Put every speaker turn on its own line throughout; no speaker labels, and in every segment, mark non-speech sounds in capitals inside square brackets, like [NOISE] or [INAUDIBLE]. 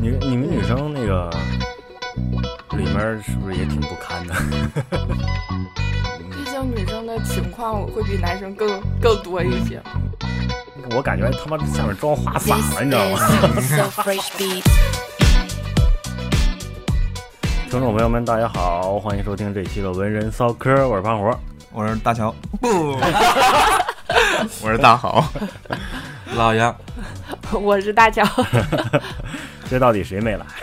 你你们女生那个里面是不是也挺不堪的？ [LAUGHS]
毕竟女生的情况会比男生更更多一些。
我感觉他妈下面装花洒了，你知
[LAUGHS]
道吗？听众朋友们，大家好，欢迎收听这期的文人骚嗑，我是胖虎。
我是大乔，不，我是大好，老杨，
[LAUGHS] 我是大乔，
这到底谁没来？ [LAUGHS]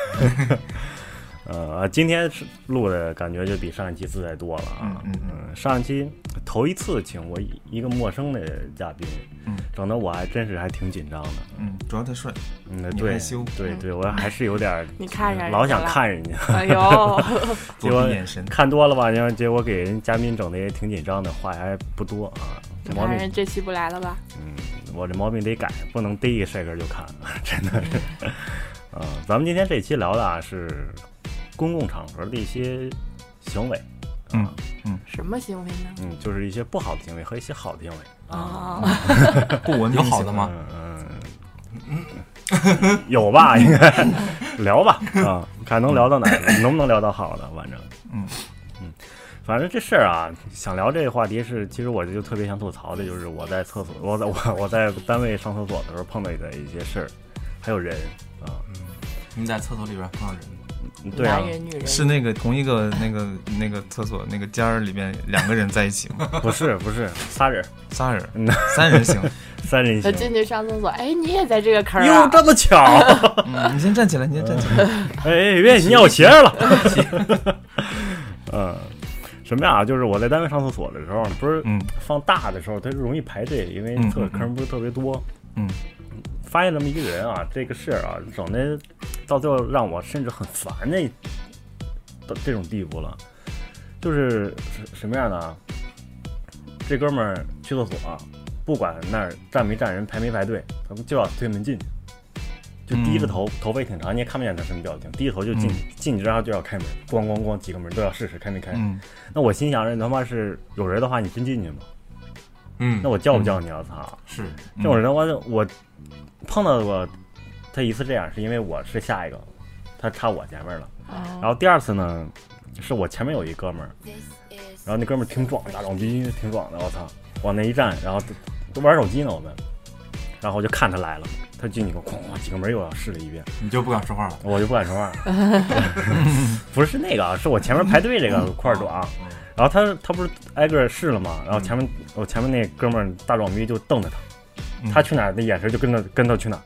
呃，今天是录的感觉就比上一期自在多了啊。
嗯嗯嗯
上一期头一次请我一一个陌生的嘉宾，
嗯
整的我还真是还挺紧张的。
嗯，主要他帅，
嗯，
你
对
害羞，
对
嗯
对，我还是有点儿
[LAUGHS] 你看人家
老想
了
看人家，[LAUGHS]
哎呦，
结
躲
果
避眼神，
看多了吧，然后结果给人嘉宾整的也挺紧张的，话还不多啊。这毛
男
病
人，这期不来了吧？
嗯，我这毛病得改，不能逮一个帅哥就看， [LAUGHS] 真的是。嗯，咱们今天这期聊的啊是公共场合的一些行为，啊
嗯
什么行为呢？
嗯，就是一些不好的行为和一些好的行为。
啊，
不文明
有好的吗
嗯嗯嗯， [LAUGHS] 有吧？应该聊吧啊，看能聊到哪儿，能不能聊到好的，反正
嗯
嗯，反正这事儿啊，想聊这个话题是，其实我就特别想吐槽的，就是我在厕所，我在我我在单位上厕所的时候碰到的一些事儿，还有人啊，
你们在厕所里边碰到人吗？
对啊
男，人女人
是那个同一个那个那个厕所那个间儿里边两个人在一起吗？
不是不是， [LAUGHS] 仨人
仨人
嗯，
三人行。
三人
他
行，
进去上厕所，哎，你也在这个坑儿
哟，
啊？
这么巧，
嗯，你先站起来，你先站起来。
哎哎，别尿鞋了。 [LAUGHS] 嗯，什么呀？就是我在单位上厕所的时候，不是
嗯
放大的时候，它容易排队，因为
嗯
厕所坑不是特别多。
嗯
发现这么一个人啊，这个事儿啊，整的到最后让我甚至很烦的到这种地步了。就是什什么样的啊？这哥们儿去厕所、啊不管那儿站没站人、排没排队，他们就要推门进去，就低
嗯
着头，头发也挺长，你也看不见他什么表情，低着头就进去，进去然后就要开门，咣咣咣几个门都要试试开没开。
嗯，
那我心想，这他妈是有人的话，你真进去吗？
嗯
那我叫不叫你啊？操、
是
嗯
这种人我我碰到过他一次这样，是因为我是下一个，他插我前面了。然
哦
后第二次呢，是我前面有一哥们儿，然后那哥们儿挺壮，大壮逼挺壮的，我操，往那一站，然后都都玩手机呢我们，然后我就看他来了，他进去给我哐哐几个门又要试了一遍，
你就不敢说话了？
我就不敢说话。 [LAUGHS] 不是那个啊，是我前面排队这个块儿壮。然后他他不是挨个试了嘛，然后前面、我前面那哥们儿大壮逼就瞪着他，
嗯
他去哪儿那眼神就跟着跟他去哪儿。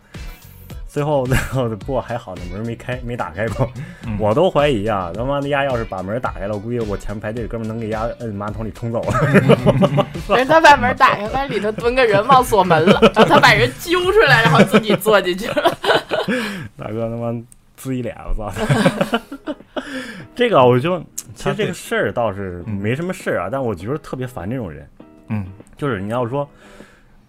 最后 [LAUGHS] 最后不过还好那门没开没打开过，
嗯
我都怀疑啊，他妈的丫要是把门打开了，我估计我前面排队的哥们儿能给丫摁马桶里冲走了。 [LAUGHS]
人他把门打开，发现里头蹲个人忘锁门
[LAUGHS]
了，然后他把人揪出来，然后自己坐进去了。
大哥他妈呲一脸，我操！
[LAUGHS]
这个我就其实这个事儿倒是没什么事儿啊，但我觉得特别烦这种人。
嗯
就是你要说，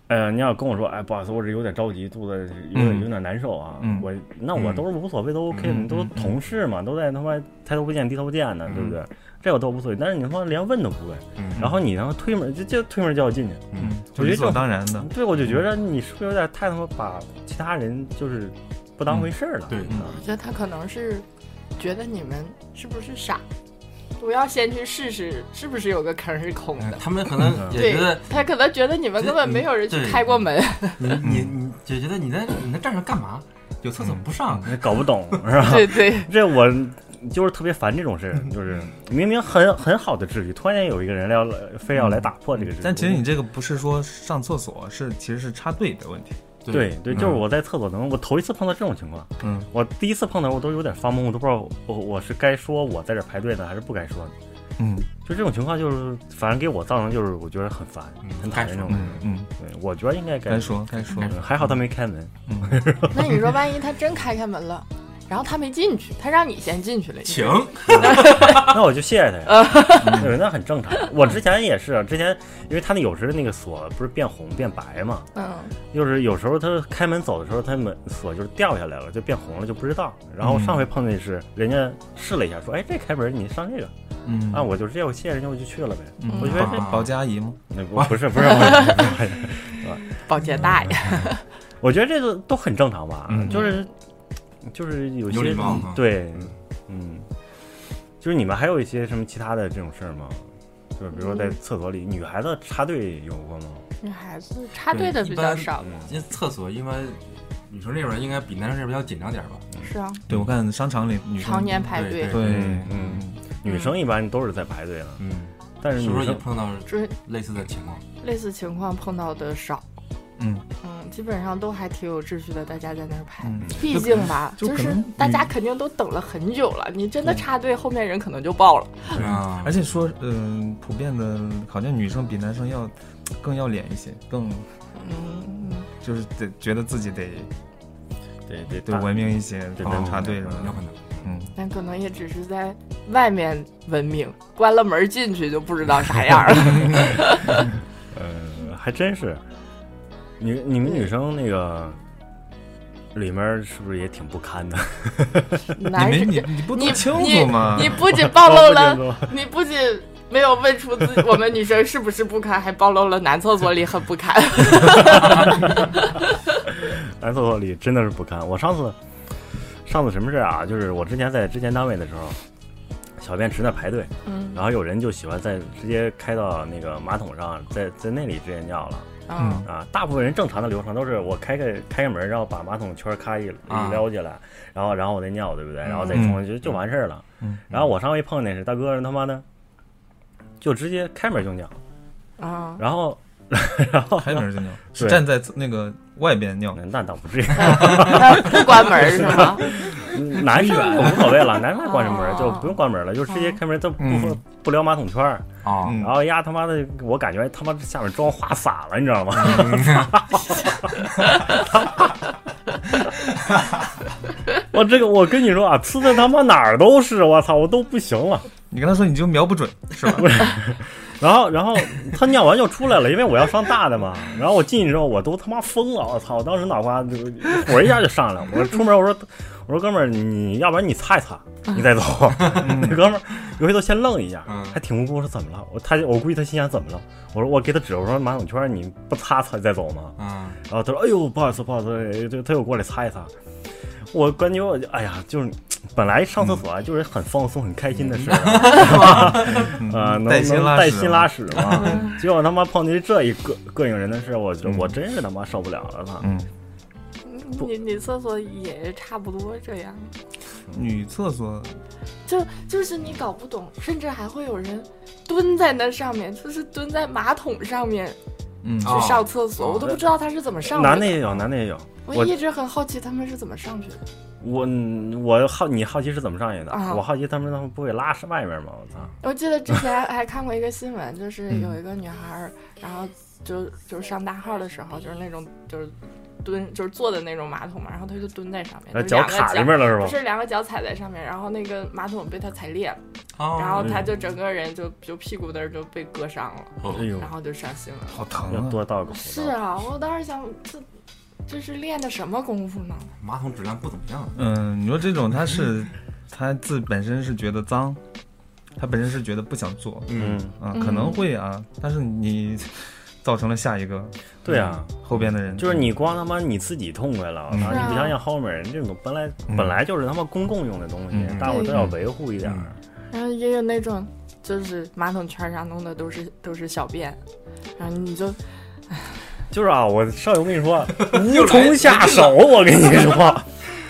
呃，你要跟我说，哎，不好意思，我这有点着急，肚子有点
嗯
有点难受啊，
嗯
我那我
嗯
都是无所谓，都 OK，、
嗯
你都
嗯嗯
同事嘛，都在他妈抬头不见低头见的，对不对？这我都无所谓，但是你他妈连问都不问，
嗯
然后你他妈推门就就推门叫我进去，
嗯，就
我觉得
理所当然的。
对我就觉得
嗯
你是不是有点太他妈把其他人就是不当回
嗯
事儿了？
对
[LAUGHS] 啊
我觉得他可能是觉得你们是不是傻，我要先去试试是不是有个坑是空
嗯
的。
他们可能也
对
觉
哎
得
他可能觉得你们根本没有
嗯
人去开
[LAUGHS]
过门，
你你你也觉得你在你在站着干嘛？有厕所
嗯
不上？
那搞
[LAUGHS]
不懂是吧？
对对，
这我就是特别烦这种事，就是
嗯
明明很很好的秩序，突然间有一个人要来非要来打破这个秩序。
嗯但其实你这个不是说上厕所，是其实是插队的问题。
对对，就是
嗯
我在厕所能，我头一次碰到这种情况，
嗯
我第一次碰到我都有点发懵，我都不知道我我是该说我在这排队呢，还是不该说呢。
嗯
就这种情况，就是反正给我造成就是我觉得很烦，
嗯
很讨厌这种
该说
人。
嗯嗯，
对，我觉得应该该
该，说该说。
嗯还好他没开门，
嗯
[LAUGHS] 那你说万一他真开开门了，然后他没进去，他让你先进去了，
请
那我就谢谢他呀。对，那很正常。我之前也是，啊之前因为他那有时那个锁不是变红变白嘛，
嗯，
就是有时候他开门走的时候，他门锁就是掉下来了，就变红了，就不知道。然后
嗯
上回碰见是人家试了一下，说：“哎，这开门你上这个。”
嗯
啊，我就直接我谢谢人家我就去了呗。
嗯
我觉得这
保洁阿姨吗？
那不不是不是，不是不是
保洁大爷，
我觉得这个都很正常吧，
嗯
就是就是有些
有礼貌哈
对，嗯，就是你们还有一些什么其他的这种事儿吗？就是比如说在
嗯
厕所里，女孩子插队有过吗？
女孩子插队的
对
比
一
较
般
少，
这厕所一般女生这边应该比男生这边要紧张点吧？
是啊，
对我看商场里嗯女生
常年排
对
队
对，
对，
嗯嗯女生一般都是在排队的，
嗯，
但是
是不
女
是也
生
碰到
就是
类似的情况？
类似情况碰到的少。
嗯
嗯，基本上都还挺有秩序的，大家在那儿排。
嗯，
毕竟吧，
就
就
可
是
能
大家
女
肯定都等了很久了，你真的插队，后面人可能就爆了。
对
啊
而且说，嗯、普遍的好像女生比男生要更要脸一些，更
嗯，
就是得觉得自己得
对对
得文明一些，
对
不能
哦
插队什么
有
的
可。能。
嗯，
但可能也只是在外面文明，关了门进去就不知道啥样
[LAUGHS]
了。
呃，还真是。你你们女生那个里面是不是也挺不堪的？
你
男
没
生
你你不
你
弄清楚吗？
你不仅暴露
我不
了，
清楚
你不仅没有问出自己我们女生是不是不堪，还暴露了男厕所里很不堪。
男厕所里真的是不堪。我上次上次什么事儿啊？就是我之前在之前单位的时候，小便池那排队，
嗯
然后有人就喜欢在直接开到那个马桶上，在在那里直接尿了
[LAUGHS] [LAUGHS] 嗯
啊。大部分人正常的流程都是我开个开个门，然后把马桶圈儿咔一
啊
一撩起来，然后然后我再尿，对不对？然后再
嗯
冲回去就完事儿了。
嗯
然后我上回碰见那是大哥，他妈的就直接开门就尿，
啊，
然后然后
开门就尿，是
对
站在那个外边尿。
嗯那倒不至于。
那啊不关门是吗？
男生就无所谓了，男生还关什么门
哦
就不用关门了，就直接开门，都不
嗯
不撩马桶圈儿，
啊，
嗯
然后丫他妈的，我感觉他妈下面装花洒了，你知道吗？
嗯
[LAUGHS] 我这个，我跟你说啊，呲的他妈哪儿都是，我操，我都不行了。
你跟他说你就瞄不准
啊
是吧？
然后，然后他尿完就出来了，因为我要上大的嘛。然后我进去之后，我都他妈疯了，我操！我当时脑瓜就火一下就上来了。我出门我说，我说哥们儿，你要不然你擦 [LAUGHS] 一擦，你再走。那哥们儿有些都先愣一下
嗯，
还挺无辜，我说怎么了？我他我估计他心想怎么了？我说我给他指，我说马桶圈儿你不擦擦再走吗？
嗯，
然后他说：“哎呦，不好意思，不好意思，就他又过来擦一擦。” [LAUGHS] 我感觉我就哎呀，就是本来上厕所啊，就是很放松、很开心的事儿啊，啊，能
嗯带薪
能
拉
带
屎
薪
嘛
拉屎嘛。
嗯
结果他妈碰见这一膈膈应人的事儿，我就
嗯
我真是他妈受不了了，操！
嗯，
不
你你厕所也差不多这样，
女厕所
就就是你搞不懂，甚至还会有人蹲在那上面，就是蹲在马桶上面
嗯
哦
去上厕所，
哦
我都不知道他是怎么上去
男的
的
也有，男的也有。
我
我
一直很好奇他们是怎么上去的。
我我好你好奇是怎么上去的？
啊
我好奇他们他们不会拉是外面吗？我操！
我记得之前还看过一个新闻，就是
嗯
有一个女孩儿，然后就就是上大号的时候，就是那种就是蹲就是坐的那种马桶嘛，然后她就蹲在上面，
那脚
就是嗯两个
卡里面了是
不
吧？
是两个脚踩在上面，然后那个马桶被她踩裂了，
哦
然后她就整个人就就屁股那儿就被割伤了，
哦
哎呦
然，后就上新闻了。
好疼
要
啊！
多倒口。
是啊，我当时想这。这是练的什么功夫呢？
马桶质量不怎么样，
嗯，你说这种他是他自本身是觉得脏，他本身是觉得不想做
嗯，，
啊，
嗯
可能会啊，但是你 [LAUGHS] 造成了下一个
对啊。
后边的人，
就是你光他妈你自己痛快了，我操！
嗯
你不想想后面人这种本来
嗯
本来就是他妈公共用的东西
嗯，
大伙儿都要维护一点儿。
然后也有那种，就是马桶圈上弄的都是都是小便，然后你就
就是啊，我上回我跟你说，无从下手，我跟你说，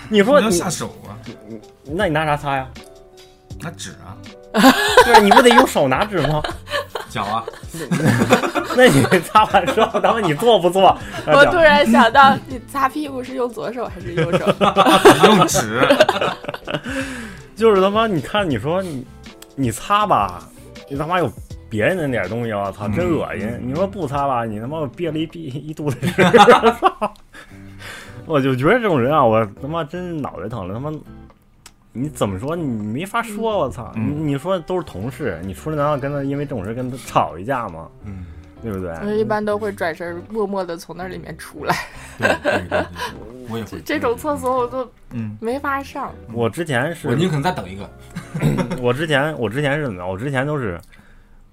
你
不
说
要
你
下手啊，
那你拿啥擦呀？
拿纸啊，
对啊，你不得用手拿纸吗？ [LAUGHS]
脚啊，
那你擦完之后，他妈你做不做？啊
我突然想到，你擦屁股是用左手还是右手？
用纸，
就是他妈，你看你说你你擦吧，你他妈有别人的点东西，我操，真恶心！你说不擦吧，你他妈憋了一屁一肚子屎，我就觉得这种人啊，我他妈真是脑袋疼了，他妈。你怎么说？你没法说，我操！
嗯
你你说都是同事，你出来难道跟他因为这种事跟他吵一架吗？
嗯，
对不对？
我一般都会转身，默默的从那里面出来。
对对对对，我也会。
这种厕所我都
嗯，
没法上。
我之前是
我宁肯再等一个。
我之前我之前是怎么样？我之前都是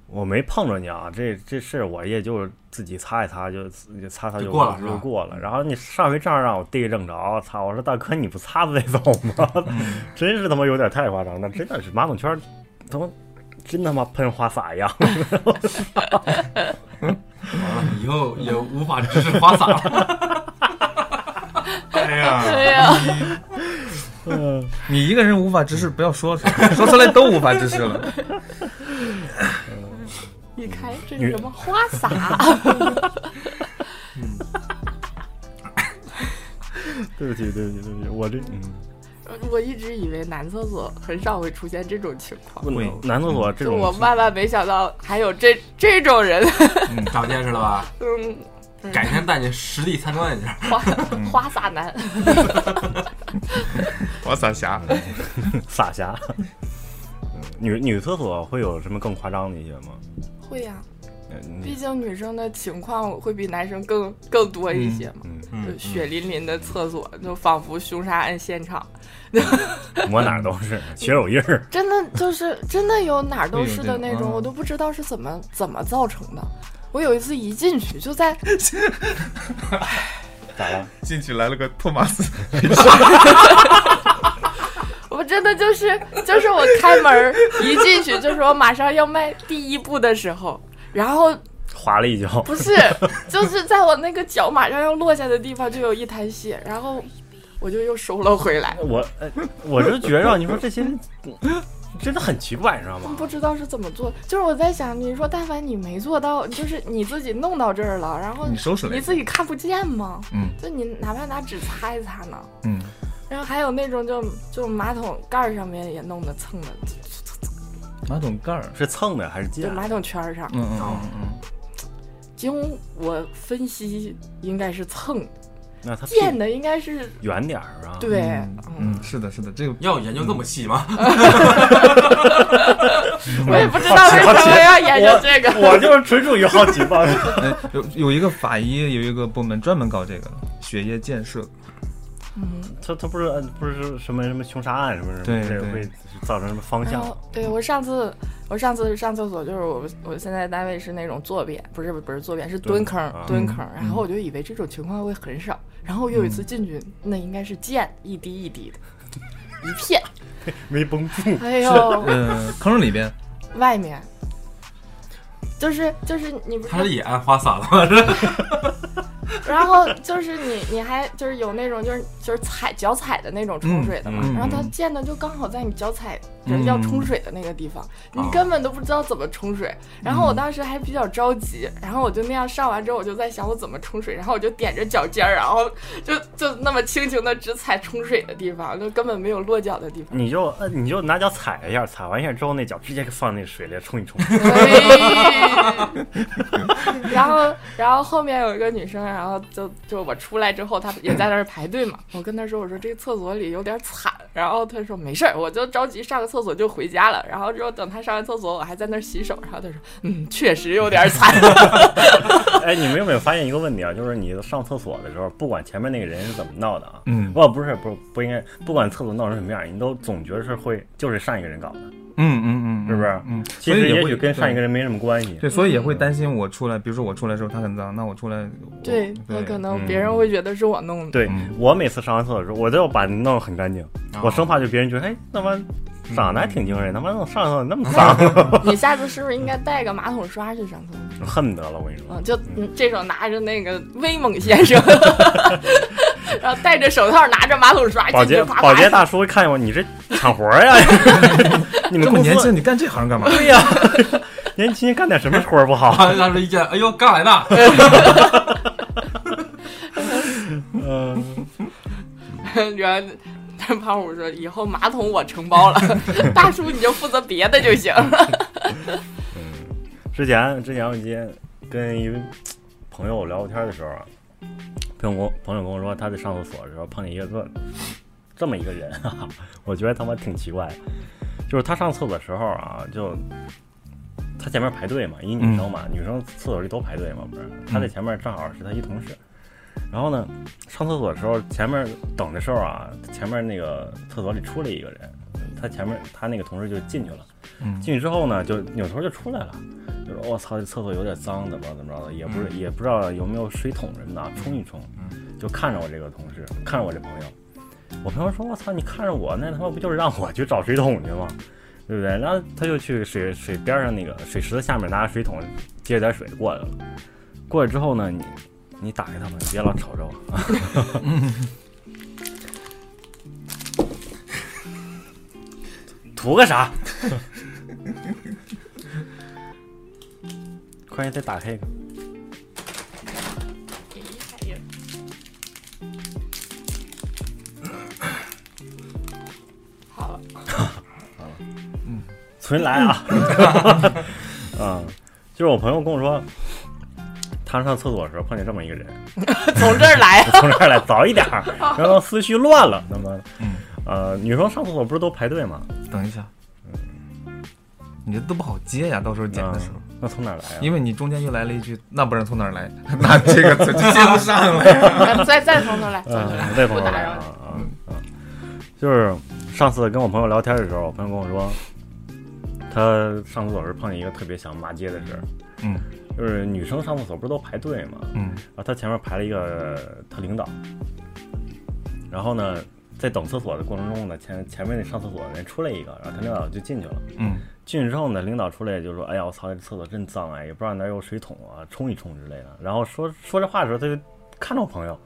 我没碰着你啊，这这事儿我也就自己擦一擦，就就擦擦
就
就
过了是吧
就过了。然后你上回这样让我逮正着，操！我说大哥，你不擦不得走吗？ [LAUGHS] 真是他妈有点太夸张了，真的是马桶圈儿，他妈真他妈喷花洒一样。
完了以后也无法直视花洒了。
[LAUGHS]
哎呀，
对呀，
嗯，
你一个人无法直视，不要说出来，说出来都无法直视了。
一开这
女
是什么花洒？ [LAUGHS]
对不起，对不起，对不起，我这嗯，
我一直以为男厕所很少会出现这种情况，
不
会
能男厕所这
就
种
嗯我万万没想到还有这这种人，
嗯，长见识了吧？
嗯，
改天带你实地参观一下。
花
嗯
花洒男，
我洒侠，
[LAUGHS] 洒侠。女女厕所会有什么更夸张的一些吗？
会呀、
呃
毕
你
竟女生的情况会比男生更更多一些嘛，
嗯，
嗯
就血淋淋的厕所，就仿佛凶杀案现场，
抹哪儿都是血手印儿。
真的就是真的有哪儿都
会有
是
这
的
种
那种，
嗯
我都不知道是怎么怎么造成的。我有一次一进去就在
咋了？
进去来了个托马斯，
我真的就是 [LAUGHS] 就是我开门儿一进去就说马上要迈第一步的时候，然后
滑了一跤。
不是 [LAUGHS] 就是在我那个脚马上要落下的地方就有一滩血，然后我就又收了回来，
我呃我就觉着你说这些人嗯真的很奇怪，你知道吗？
不知道是怎么做。就是我在想，你说但凡你没做到，就是你自己弄到这儿了，然后
你收拾
[LAUGHS]
了
你自己看不见吗？
嗯
就你哪怕拿纸擦一擦呢。
嗯，
然后还有那种就就马桶盖儿上面也弄得蹭的，
马桶盖儿，
是蹭的还是
就
溅？
马桶圈儿上。
嗯
哦
嗯嗯
经我分析，应该是蹭
那他屁
溅的，应该是
远点儿啊。
对，
嗯
嗯，
嗯，是的，是的，这个
要研究这么细吗？
嗯 [LAUGHS] 我也不知道为什么要研究这个。
我就是纯属于好奇吧。
哎，有有一个法医有一个部门专门搞这个的，血液建设，
他他不是呃不是什么什么凶杀案什么什么，
对
这
对
会造成什么方
然
向？
后，对我上次，我上次上厕所就是我我现在单位是那种坐便，不是不是坐便，是蹲坑
啊
蹲坑。
嗯
然后我就以为这种情况会很少，然后我有一次进去，那应该是溅一滴一滴的，一片。
没绷住，
哎
[LAUGHS] 是
呦，
呃坑里边，
外面就是就是你不
他是也按花洒了 [LAUGHS] 吗？这
然后就是你，你还就是有那种就是就是踩脚踩的那种冲水的嘛，
嗯嗯嗯
然后它溅的就刚好在你脚踩人要冲水的那个地方，
哦
你根本都不知道怎么冲水。然
嗯
后我当时还比较着急，然后我就那样上完之后，我就在想我怎么冲水，然后我就踮着脚尖儿，然后就就那么轻轻的只踩冲水的地方，就根本没有落脚的地方。
你就呃你就拿脚踩一下，踩完一下之后那脚直接放那水里冲一 [LAUGHS] 冲。
哎 [LAUGHS] 然后，然后后面有一个女生，然后就就我出来之后，她也在那儿排队 [LAUGHS] 嘛。我跟她说，我说这个厕所里有点惨。然后她说没事儿，我就着急上个厕所就回家了。然后之后等她上完厕所，我还在那儿洗手。然后她说， [LAUGHS] 嗯，确实有点惨。
哎，你们有没有发现一个问题啊？就是你上厕所的时候，不管前面那个人是怎么闹的啊，
嗯
哦不是不不应该，不管厕所闹成什么样，你都总觉得是会就是上一个人搞的，
嗯嗯嗯，
是不是？
嗯，
其
所
实
以
也
也
许
会
跟上一个人
人
没什么关系。
对，所以也会
嗯
担心我出来，比如说我出来的时候他很脏，那我出来我
[LAUGHS] 对，有
对
可能
嗯
别人会觉得是我弄的。
对
嗯
我每次上完厕所之后，我都要把弄得很干净，我生怕就别人觉得，哎，他妈长得还挺精神，他妈弄上厕所那么脏，
你下次是不是应该带个马桶刷去上厕所？
恨不得了。我跟你说
嗯，，就嗯这手拿着那个威猛先生， [LAUGHS] 然后戴着手套，拿着马桶刷
保
进去
洁
啪啪
保洁
洗
大叔一看见我，你这抢活儿呀？ [LAUGHS] 你们
这么
公司
年轻，你干这行 [LAUGHS] 干嘛？
对呀， [LAUGHS] 年轻人干点什么活儿不好？
他当时一见，哎呦，干啥来的？
嗯，
[LAUGHS] 然后胖虎说：“以后马桶我承包了，大叔你就负责别的就行。
之前之前我今天跟一位朋友聊天的时候啊，朋友跟我朋友跟我说，他在上厕所的时候碰见一个这这么一个人，哈哈，我觉得他妈挺奇怪的，就是他上厕所的时候啊，就他前面排队嘛，一女生嘛，女生厕所里都排队嘛，不是？他在前面正好是他一同事，然后呢，上厕所的时候，前面等的时候啊，前面那个厕所里出来一个人，他前面他那个同事就进去了，
嗯
进去之后呢，就扭头就出来了。就说我哦操，这厕所有点脏，怎么怎么着的，也不是、也不知道有没有水桶什么的，啊冲一冲，就看着我这个同事，看着我这朋友，我朋友说我操，你看着我，那他妈不就是让我去找水桶去吗？对不对？然后他就去水水边上那个水池子下面拿着水桶接着点水过来了。过来之后呢，你你打开他们，别老瞅着我。图个啥？快点再打开一个。
好了，
重新来
[LAUGHS]
啊！嗯，就是我朋友跟我说，他上厕所的时候碰见这么一个人，
[LAUGHS] 从这儿来啊，
[LAUGHS] 从这儿来早一点
[LAUGHS]
儿，然后思绪乱了，那么，
嗯
呃，女生上厕所不是都排队吗？
等一下，你这都不好接呀，到时候剪的时候，
那从哪儿来啊？
因为你中间又来了一句，那不然从哪儿来？ [LAUGHS] 那这个词就 [LAUGHS] 接不上
[LAUGHS]
了。
再再从头来，从头
嗯，
来，
那
不
朋友
打
来
扰
啊
你。
啊啊！就是上次跟我朋友聊天的时候，我朋友跟我说，他上厕所时碰见一个特别想骂街的事儿，
嗯
就是女生上厕所不是都排队吗？
嗯
然后他前面排了一个呃他领导，然后呢，在等厕所的过程中呢，前前面那上厕所的人出来一个，然后他领导就进去了。
嗯
进去之后呢，领导出来就说：“哎呀，我操，这厕所真脏哎，也不知道哪有水桶啊，冲一冲之类的。”然后说说这话的时候，他就看着我朋友，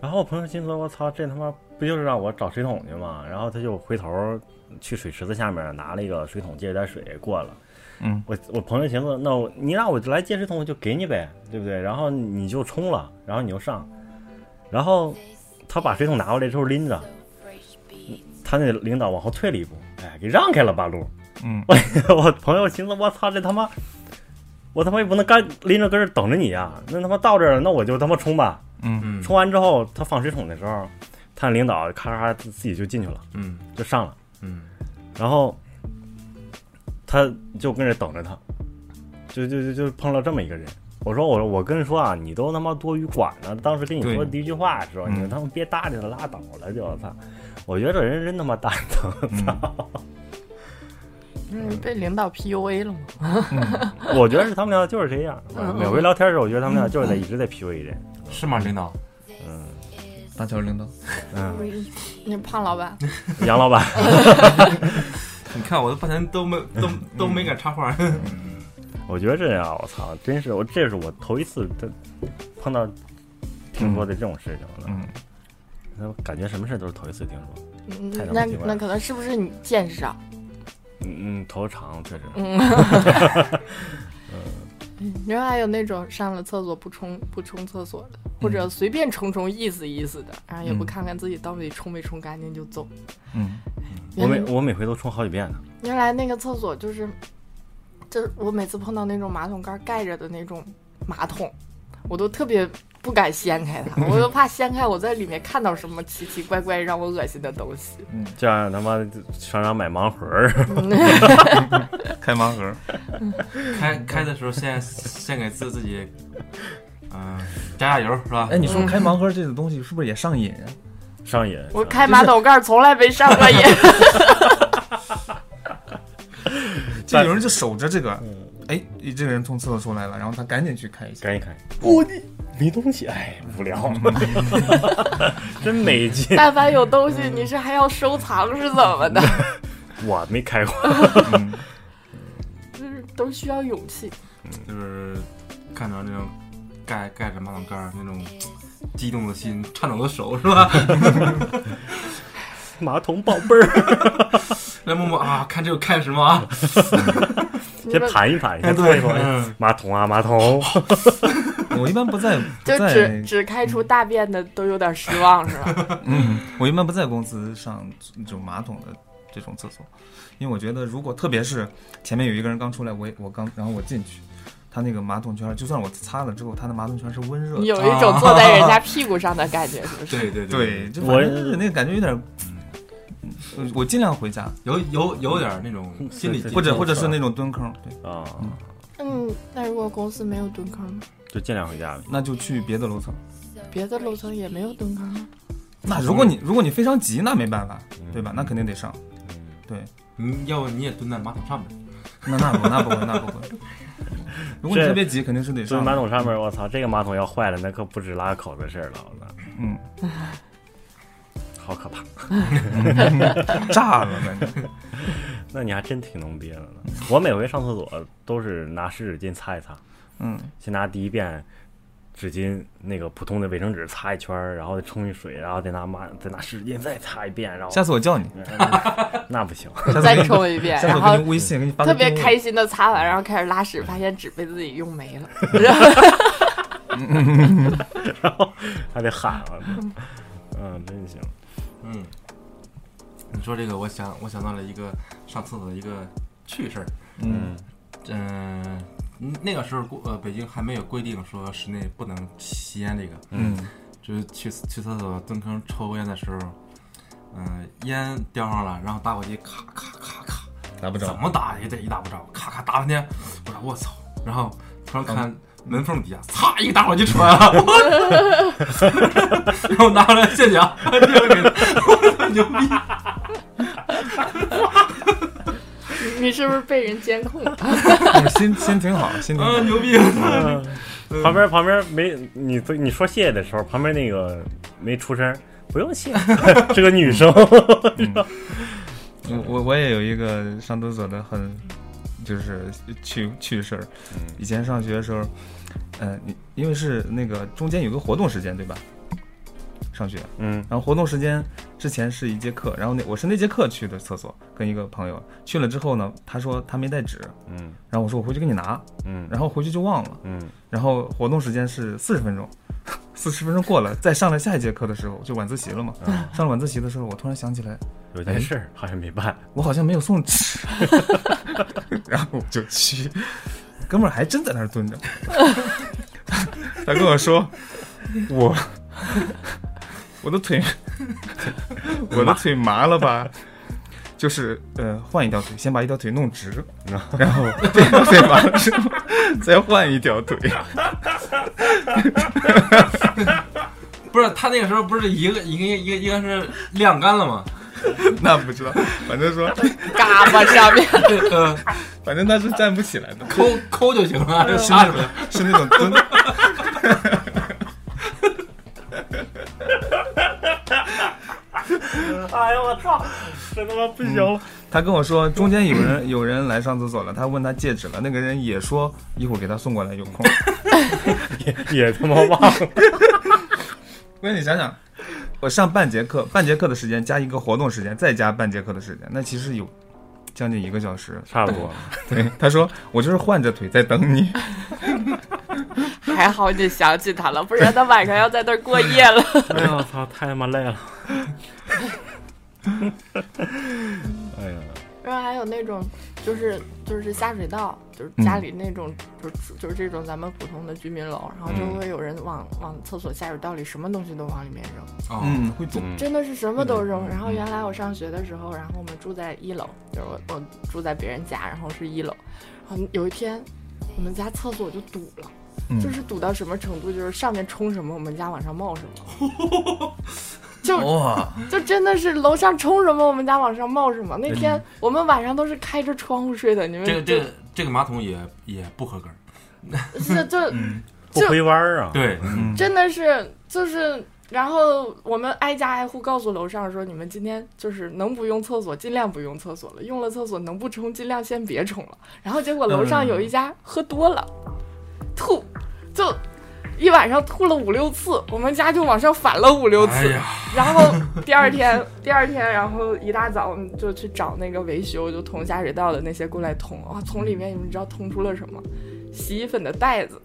然后我朋友心说：“我操，这他妈不就是让我找水桶去吗？”然后他就回头去水池子下面拿了一个水桶，接了点水过来了。
嗯，
我我朋友寻思，那我你让我来接水桶，我就给你呗，对不对？然后你就冲了，然后你就上，然后他把水桶拿过来之后拎着，他那领导往后退了一步，哎，给让开了半路。
嗯，
[LAUGHS] 我朋友寻思，我操，这他妈，我他妈也不能干拎着根儿等着你呀、那他妈到这儿了，那我就他妈冲吧。
嗯
冲完之后，他放水桶的时候，他领导咔咔咔自己就进去了，
嗯
就上了，
嗯，
然后他就跟着等着他，就就就就碰到这么一个人。我说我我跟你说啊，你都他妈多余管了。当时跟你说
对
第一句话的时候，
嗯
你他妈别搭理他，拉倒了就我操！我觉得这人真他妈蛋疼。
嗯，被领导 PUA 了吗？
[LAUGHS] 我觉得是他们俩就是这样。
嗯嗯
每回聊天的时候，我觉得他们俩就是在一直在 PUA 人。
是吗，领导？
大乔领导，
嗯，
那胖老板，
杨老板，
你看我都半天都没都都没敢插话。
嗯
我觉得这样，我操，真是我这是我头一次这碰到听说的这种事情了。
嗯，
那我感觉什么事都是头一次听说。
嗯
太他妈
那
奇怪了
那可能是不是你见识少？啊
嗯嗯，头长确实。
嗯，另外还有那种上了厕所不冲不冲厕所的，
嗯
或者随便冲冲意思意思的，然后也不
嗯
看看自己到底冲没冲干净就走。
嗯
我每
原来
我每回都冲好几遍呢。
原来那个厕所就是，就是我每次碰到那种马桶盖盖着的那种马桶，我都特别不敢掀开它，我又怕掀开我在里面看到什么奇奇怪怪让我恶心的东西。
这样他妈商场买盲盒儿，
开盲盒，
开开的时候先先给自自己，嗯，加加油是吧？
哎，你
嗯
说开盲盒这个东西是不是也上瘾啊？
上瘾。
我开马桶盖从来没上过瘾。
就有人就守着这个，哎，这个人从厕所出来了，然后他赶紧去看一下，
赶紧看，我你没东西，哎，无聊， [LAUGHS] 真没劲。
但凡有东西，你是还要收藏是怎么的？ [LAUGHS]
我没开过，
就是都需要勇气。
就是看着那种盖盖着马桶盖儿那种激动的心、颤抖的手是吧？
马桶宝贝儿，
[LAUGHS]
来摸摸啊，看这个看什么啊？
[LAUGHS]
先盘一盘，
哎
哎
先搓一搓。
嗯
马桶啊，马桶，
嗯我一般不在，不
[LAUGHS] 就只
在，
只开出大便的都有点失望是吧？
嗯，我一般不在公司上这种马桶的这种厕所，因为我觉得如果特别是前面有一个人刚出来，我也我刚然后我进去，他那个马桶圈儿就算我擦了之后，他的马桶圈儿是温热
你有
的，
一种坐在人家屁股上的感觉，是不是？
对对
啊对，，就反
我
正就是那个感觉有点儿。嗯我尽量回家，
有有有点儿那种心理
对对
或
对
者或者是那种蹲坑，对，
啊，
嗯，那如果公司没有蹲坑呢，
就尽量回家呗。
那就去别的楼层。
别的楼层也没有啊蹲坑吗？
那如果你如果你非常急，那没办法，对吧？那肯定得上。对，
嗯，要不你也蹲在马桶上面，
那那不那不会那不会。如果你
这
特别急，肯定是得
蹲
上
马
的。
桶上面，我操，这个马桶要坏了，那可不止拉口的事儿了，我操，
嗯，
好可怕。
炸了感觉。
那你还真挺能憋的呢。我每回上厕所都是拿湿纸巾擦一擦，
嗯，
先拿第一遍纸巾那个普通的卫生纸擦一圈儿，然后再冲一水，然后再拿马再拿湿纸巾再擦一遍，然后
下次我叫你，
那 [LAUGHS] 那不行，
下次
再
给你
冲一遍，
下次
然
我
后
给你微信，给你发个
特别
定位
开心的擦完，然后开始拉屎，发现纸被自己用没 [LAUGHS] 了。
还得喊了。嗯，真行。
嗯，你说这个，我想我想到了一个上厕所的一个趣事儿。
嗯，
嗯、那个时候过呃，北京还没有规定说室内不能吸烟这个，
嗯
就是去去厕所蹲坑抽烟的时候，嗯、烟叼上了，然后打火机咔咔咔咔，
拿不 [LAUGHS]
怎
着。
么打也得也打不着，咔咔打半天，我说我操，然后突然看门缝底下，擦一个打火机出来了， [LAUGHS] 然后拿出来谢谢啊，这个给 [LAUGHS] 我操牛逼，
你是不是被人监控？
我嗯心心挺好，心挺好
啊。牛逼，
嗯 [LAUGHS] 旁边旁边没你你说谢谢的时候，旁边那个没出声，不用谢， [LAUGHS] 是个女 [LAUGHS] 生。
我我我也有一个上厕所的很，就是趣趣事儿。以前上学的时候，呃，你因为是那个中间有个活动时间，对吧？上学，
嗯
然后活动时间之前是一节课，然后那我是那节课去的厕所，跟一个朋友去了之后呢，他说他没带纸，
嗯
然后我说我回去给你拿，
嗯
然后回去就忘了，
嗯
然后活动时间是四十分钟， [LAUGHS] 四十分钟过了，再上了下一节课的时候就晚自习了嘛，
嗯，
上了晚自习的时候，我突然想起来，
有件事儿好像没办。
我好像没有送纸，然后我就去，哥们儿还真在那儿蹲着， [LAUGHS] 他跟我说，我我的腿，我的腿麻了吧？就是呃，换一条腿，先把一条腿弄直，然后 [LAUGHS] 这条腿麻了之后，再换一条腿。
不是他那个时候不是一个一个一个一个是晾干了吗？
[LAUGHS] 那不知道，反正说，
嘎巴上面，
呃，
反正他是站不起来的，
抠抠就行了，
是
啥
那
也不
种是那种蹲。
[LAUGHS] 哎呀，我操，这他妈不行了。
他跟我说，中间有人有人来上厕所了，他问他戒指了，那个人也说一会儿给他送过来，有空。 [LAUGHS]
嗯也他妈忘了。
那你想想，我上半节课，半节课的时间加一个活动时间，再加半节课的时间，那其实有将近一个小时。
差不多，
对，他说我就是换着腿在等你，
还好你想起他了，不然他晚上要在那儿过夜了。
[LAUGHS] 哎呀，我操，太他妈累了。 [LAUGHS] 哎呀，
[LAUGHS] 然后还有那种就是就是下水道，就是家里那种、就是就是这种咱们普通的居民楼，然后就会有人往、往厕所下水道里什么东西都往里面扔，
哦，
嗯，会走，
嗯
真的是什么都
嗯
扔。然后原来我上学的时候，然后我们住在一楼，就是我我住在别人家，然后是一楼，然后有一天我们家厕所就堵了。
嗯
就是堵到什么程度，就是上面冲什么，我们家往上冒什么，就
哇，
就真的是楼上冲什么，我们家往上冒什么。那天我们晚上都是开着窗户睡的，你们
哎这个
就
这个这个马桶也也不合格，
是
[LAUGHS]
就
不回弯儿啊！
对，
嗯，
真的是就是，然后我们挨家挨户告诉楼上说，你们今天就是能不用厕所尽量不用厕所了，用了厕所能不冲尽量先别冲了。然后结果楼上有一家喝多了，吐，就一晚上吐了五六次，我们家就往上反了五六次。
哎呀，
然后第二天，第二天，然后一大早我们就去找那个维修，就通下水道的那些过来通啊，从里面你们知道通出了什么？洗衣粉的袋子，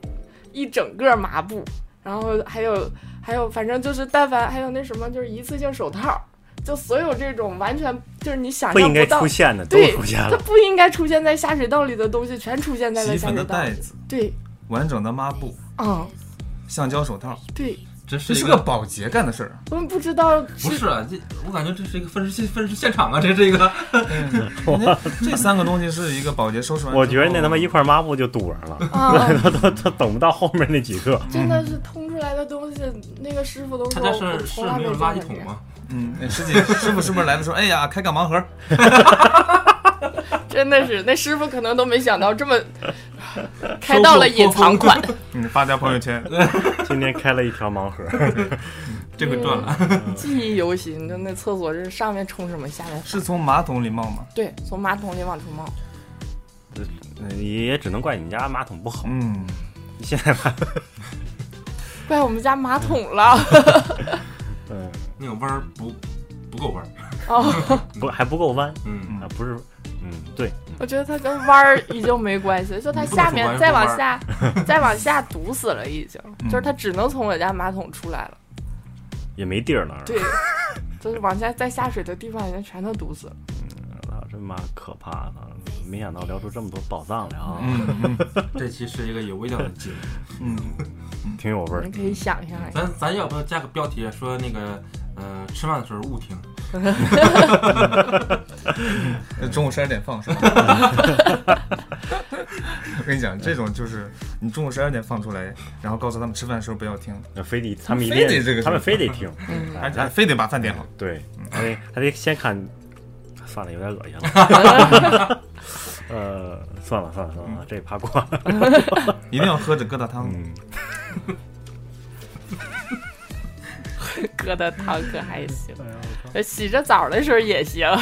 一整个麻布，然后还有还有，反正就是但凡还有那什么，就是一次性手套，就所有这种完全就是你想
不
象
应该
到
出，现的都
对
出现
它
了。
[LAUGHS] 不应该出现在下水道里的东西，全出现在
洗
了
衣
下
粉
水
的
道
袋
里。
子，
对，
完整的抹布，
嗯，
橡胶手套，
对，
这
这
是
是
一
个保洁干的事儿。啊
我们不知道
不
是
是啊，这我感觉这是一个分尸现分尸现场啊，这是一个
这三个东西是一个保洁收拾完之后，
我觉得那他妈一块抹布就堵上了，
啊。
[LAUGHS] 他都他等不到后面那几个。
真的是通出来的东西，那个师傅都
他
说
家
我
是是
从来
没有
见
垃圾
过
桶
这样
吗？
哎
[LAUGHS]
嗯，那师姐师傅是不是来的时候，哎呀，开个盲盒，
真的是那师傅可能都没想到这么开到了隐藏款，
你发条朋友圈，
今天开了一条盲盒，
这回赚了。
记忆犹新。就那厕所是上面冲什么，下面
[LAUGHS] 是从马桶里冒吗？
对，从马桶里往出冒。
嗯也也只能怪你家马桶不
[LAUGHS]
好。
嗯，
现在吧，
怪我们家马桶了
嗯，
[LAUGHS] 那个弯儿不不够弯儿，
哦，
不还不够弯 [LAUGHS]
嗯，
啊，不是，嗯，对，
我觉得它跟弯儿已经没关系了，就它下面再往下，
[LAUGHS]
再往下堵死了，已经，
嗯
就是它只能从我家马桶出来了。
也没地儿了。
对， [LAUGHS] 就是往下再下水的地方已经全都堵死了。
啊，这妈可怕了！没想到聊出这么多宝藏来啊，
嗯嗯
这期是一个有味道的
[LAUGHS]
节目。
嗯，
挺有味儿
你。可以想象
[LAUGHS]
一下，
咱咱要不要加个标题说那个呃吃饭的时候勿听，
[LAUGHS]
那嗯中午十二点放是吧？ [LAUGHS] 我跟你讲，这种就是你中午十二点放出来，然后告诉他们吃饭的时候不要听，
那非得他们一
非得
定
这个，
他们非得听，
嗯
哎
而且还非得把饭点好。
对，还得还得先看，算了，有点恶心了。
[LAUGHS]
呃，算了算了算了，这趴过了。
一定要喝着疙瘩汤。
嗯，
疙瘩汤可还行，洗着澡的时候也行。
[LAUGHS]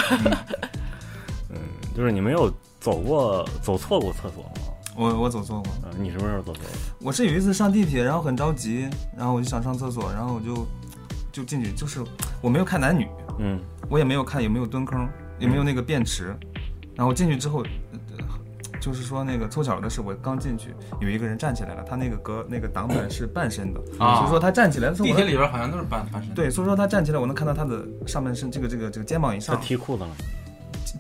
就是你没有走过走错过厕所吗？
我我走错过，
啊，你什么时候走错的？
我是有一次上地铁，然后很着急，然后我就想上厕所，然后我就就进去，就是我没有看男女，
嗯，
我也没有看有没有蹲坑，也没有那个便池，
嗯
然后进去之后，呃就是说那个凑巧的是，我刚进去有一个人站起来了，他那个隔那个挡板是半身的，
啊
所以说他站起来的时候，
地
我
铁
能
里边好像都是半半身。，
对，所以说他站起来，我能看到他的上半身，这个这个这个肩膀以
他
上，
提裤子了。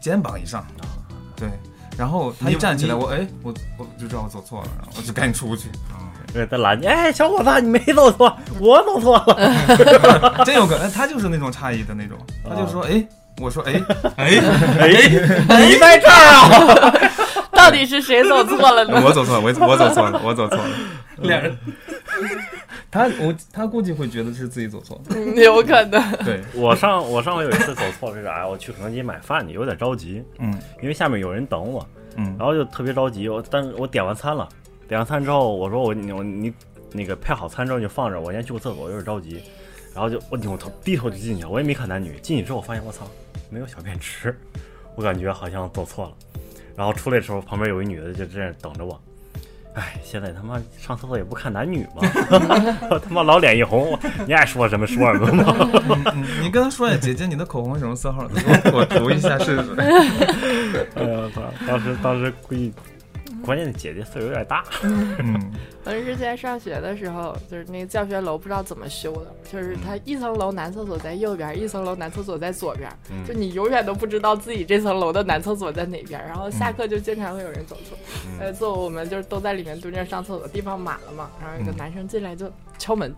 肩膀以上，对。然后他一
你
站起来，
啊你
我哎，我我就知道我走错了，然后我就赶紧出去，
对，他拦你，哎，小伙子，你没走错，我走错了。
真有可能他就是那种诧异的那种，他就
啊
说哎，我说哎，
哎，你在这儿啊？
[LAUGHS] 到底是谁走错了呢？
[LAUGHS] 我走错了，我我走错了， [LAUGHS] 我走错了。
俩人
[LAUGHS] 他我他估计会觉得是自己走错了，
嗯有可能。
[LAUGHS] 对，
我上 [LAUGHS] 我上回有一次走错是啥呀？我去肯德基买饭去，有点着急，
嗯
因为下面有人等我，
嗯
然后就特别着急。我但是我点完餐了，点完餐之后，我说我你我你那个配好餐之后你就放这儿，我先去个厕所，有点着急。然后就我扭头低头就进去了，我也没看男女。进去之后我发现我操，没有小便池，我感觉好像走错了。然后出来的时候，旁边有一女的就这样等着我。哎，现在他妈上厕所也不看男女嘛， [LAUGHS] 我他妈老脸一红，我你爱说什么说什么吧。
嗯嗯，你跟他说呀，姐姐，你的口红是什么色号 [LAUGHS] 的？我我涂一下试试。
[LAUGHS] 哎呀，当当时当时估计，
嗯
关键姐姐岁数有点大，
[LAUGHS] 嗯
我之前上学的时候，就是那个教学楼不知道怎么修的，就是它一层楼男厕所在右边，一层楼男厕所在左边，就你永远都不知道自己这层楼的男厕所在哪边。然后下课就经常会有人走错，呃，最后我们就是都在里面蹲着上厕所，地方满了嘛，然后有个男生进来就敲门。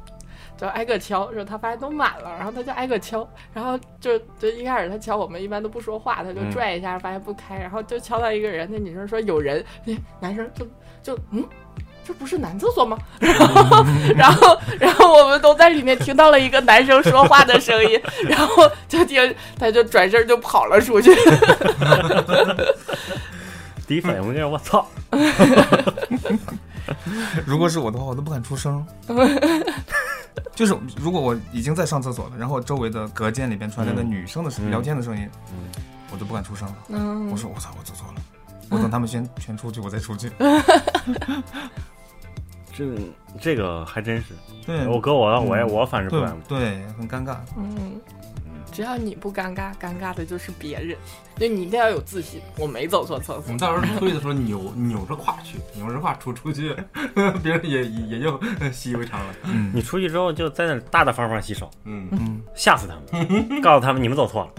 就挨个敲，说他发现都满了，然后他就挨个敲，然后就就一开始他敲我们一般都不说话，他就
嗯
拽一下，发现不开，然后就敲到一个人，那女生说有人，那男生就就嗯，这不是男厕所吗？然后，然后我们都在里面听到了一个男生说话的声音，然后就听他就转身就跑了出去。
第一反应就是我操，
嗯如果是我的话，我都不敢出 [LAUGHS] 声。就是如果我已经在上厕所了，然后周围的隔间里边传来的女生的声、
嗯
聊天的声音，
嗯
我都不敢出声了。
[LAUGHS] 嗯
我说我操，我走错了。我等他们先全出去，我再出 [LAUGHS] 去。
这这个还真是，
对，
我哥我我也
嗯
我反正不
对
敢，
对，很尴尬。
嗯，只要你不尴尬，尴尬的就是别人。就你一定要有自信，我没走错厕
[LAUGHS] 我
所
们。到时候推的时候扭扭着胯去，扭着胯出出去， [LAUGHS] 别人也也也就 [LAUGHS] 习以为常了。
嗯
你出去之后就在那儿大大方方洗手，
嗯，
嗯
吓死他
[LAUGHS]
们，告诉他们你们走错了。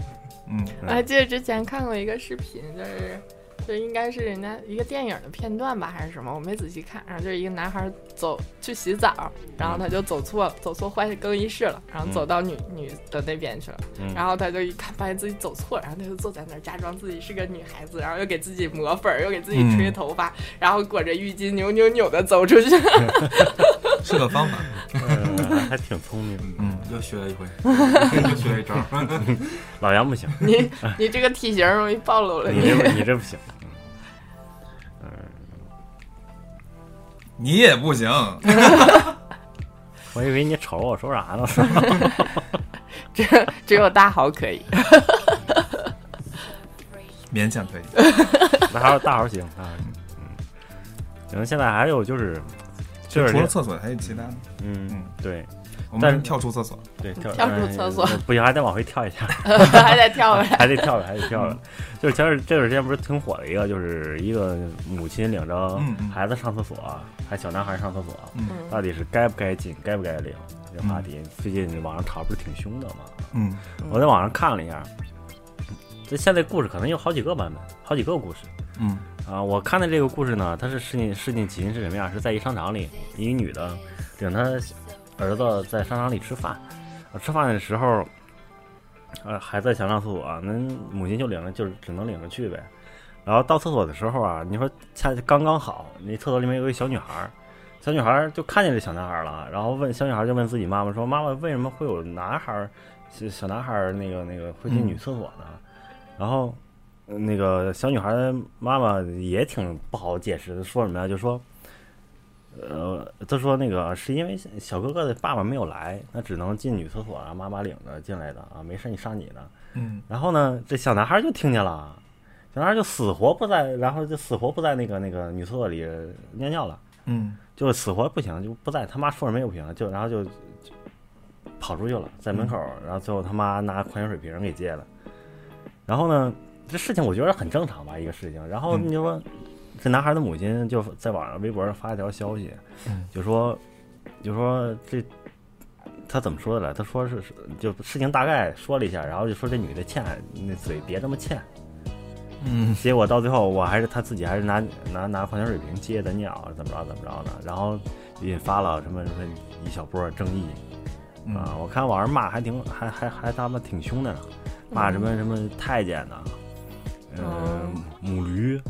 嗯
我还记得之前看过一个视频，就是。就应该是人家一个电影的片段吧，还是什么？我没仔细看。然后就是一个男孩走去洗澡，然
嗯
后他就走错了，走错换更衣室了，然后走到女、女的那边去了。
嗯，
然后他就一看，发现自己走错，然后他就坐在那儿假装自己是个女孩子，然后又给自己抹粉儿，又给自己
嗯
吹头发，然后裹着浴巾扭扭扭的走出去。
[LAUGHS] 是个方法。
呃 [LAUGHS] 还挺聪明，
嗯
嗯，又学了
[LAUGHS]
一回，又学了一招。
老杨不行，
[LAUGHS]
你你这个体型容易暴露了
你
你。
这不你这不行，嗯
你也不行。
我以为你瞅着我说啥
[LAUGHS]
呢，
只只有大豪可以。 [LAUGHS]
勉强 [LAUGHS] 可以。
那还是大号行，大号行。嗯，可能现在还有就是，就是
除了厕所还有其他的，
嗯
嗯，
对
我
但
们
是
跳出厕所，
对，跳
跳出厕所
嗯不行，还得往回跳一下。
还得跳回
[LAUGHS]
来。
[LAUGHS] 还得跳着，还得跳着。就是前段这段时间不是挺火的一个，就是一个母亲领着
嗯嗯
孩子上厕所，还小男孩上厕所，
嗯
到底是该不该进，该不该领？这个话题最近网上吵不是挺凶的吗？
嗯，
我在网上看了一下，这现在故事可能有好几个版本，好几个故事。
嗯
啊，我看的这个故事呢，它是事情事情起因是什么样？是在一商场里，一女的领她儿子在商场里吃饭，呃吃饭的时候，呃，孩子想上厕所、那母亲就领着，就是只能领着去呗。然后到厕所的时候啊，你说恰刚刚好，那厕所里面有一个小女孩儿，小女孩儿就看见这小男孩儿了，然后问小女孩儿就问自己妈妈说：“妈妈，为什么会有男孩儿，小小男孩儿那个那个会进女厕所呢？”然后呃那个小女孩的妈妈也挺不好解释，说什么呀？就说，呃，她说那个是因为小哥哥的爸爸没有来，那只能进女厕所，让妈妈领着进来的啊，没事你上你的。
嗯
然后呢，这小男孩就听见了，小男孩就死活不在，然后就死活不在那个那个女厕所里呃尿尿了。
嗯
就是死活不行，就不在他妈说什么也不行，就然后就就跑出去了，在门口，然后最后他妈拿矿泉水瓶给戒了。然后呢，这事情我觉得很正常吧，一个事情。然后
嗯
你说，这男孩的母亲就在网上微博上发一条消息，就说就说这他怎么说的来？他说是是就事情大概说了一下，然后就说这女的欠那嘴别这么欠。
嗯
结果到最后，我还是他自己还是拿拿拿矿泉水瓶接的尿，怎么着怎么着呢？然后引发了什么什么一小波争议啊！
嗯
我看网上骂还挺还还还他妈挺凶的呢，骂什
嗯
么什么太监呐，
哦
嗯
嗯，
母驴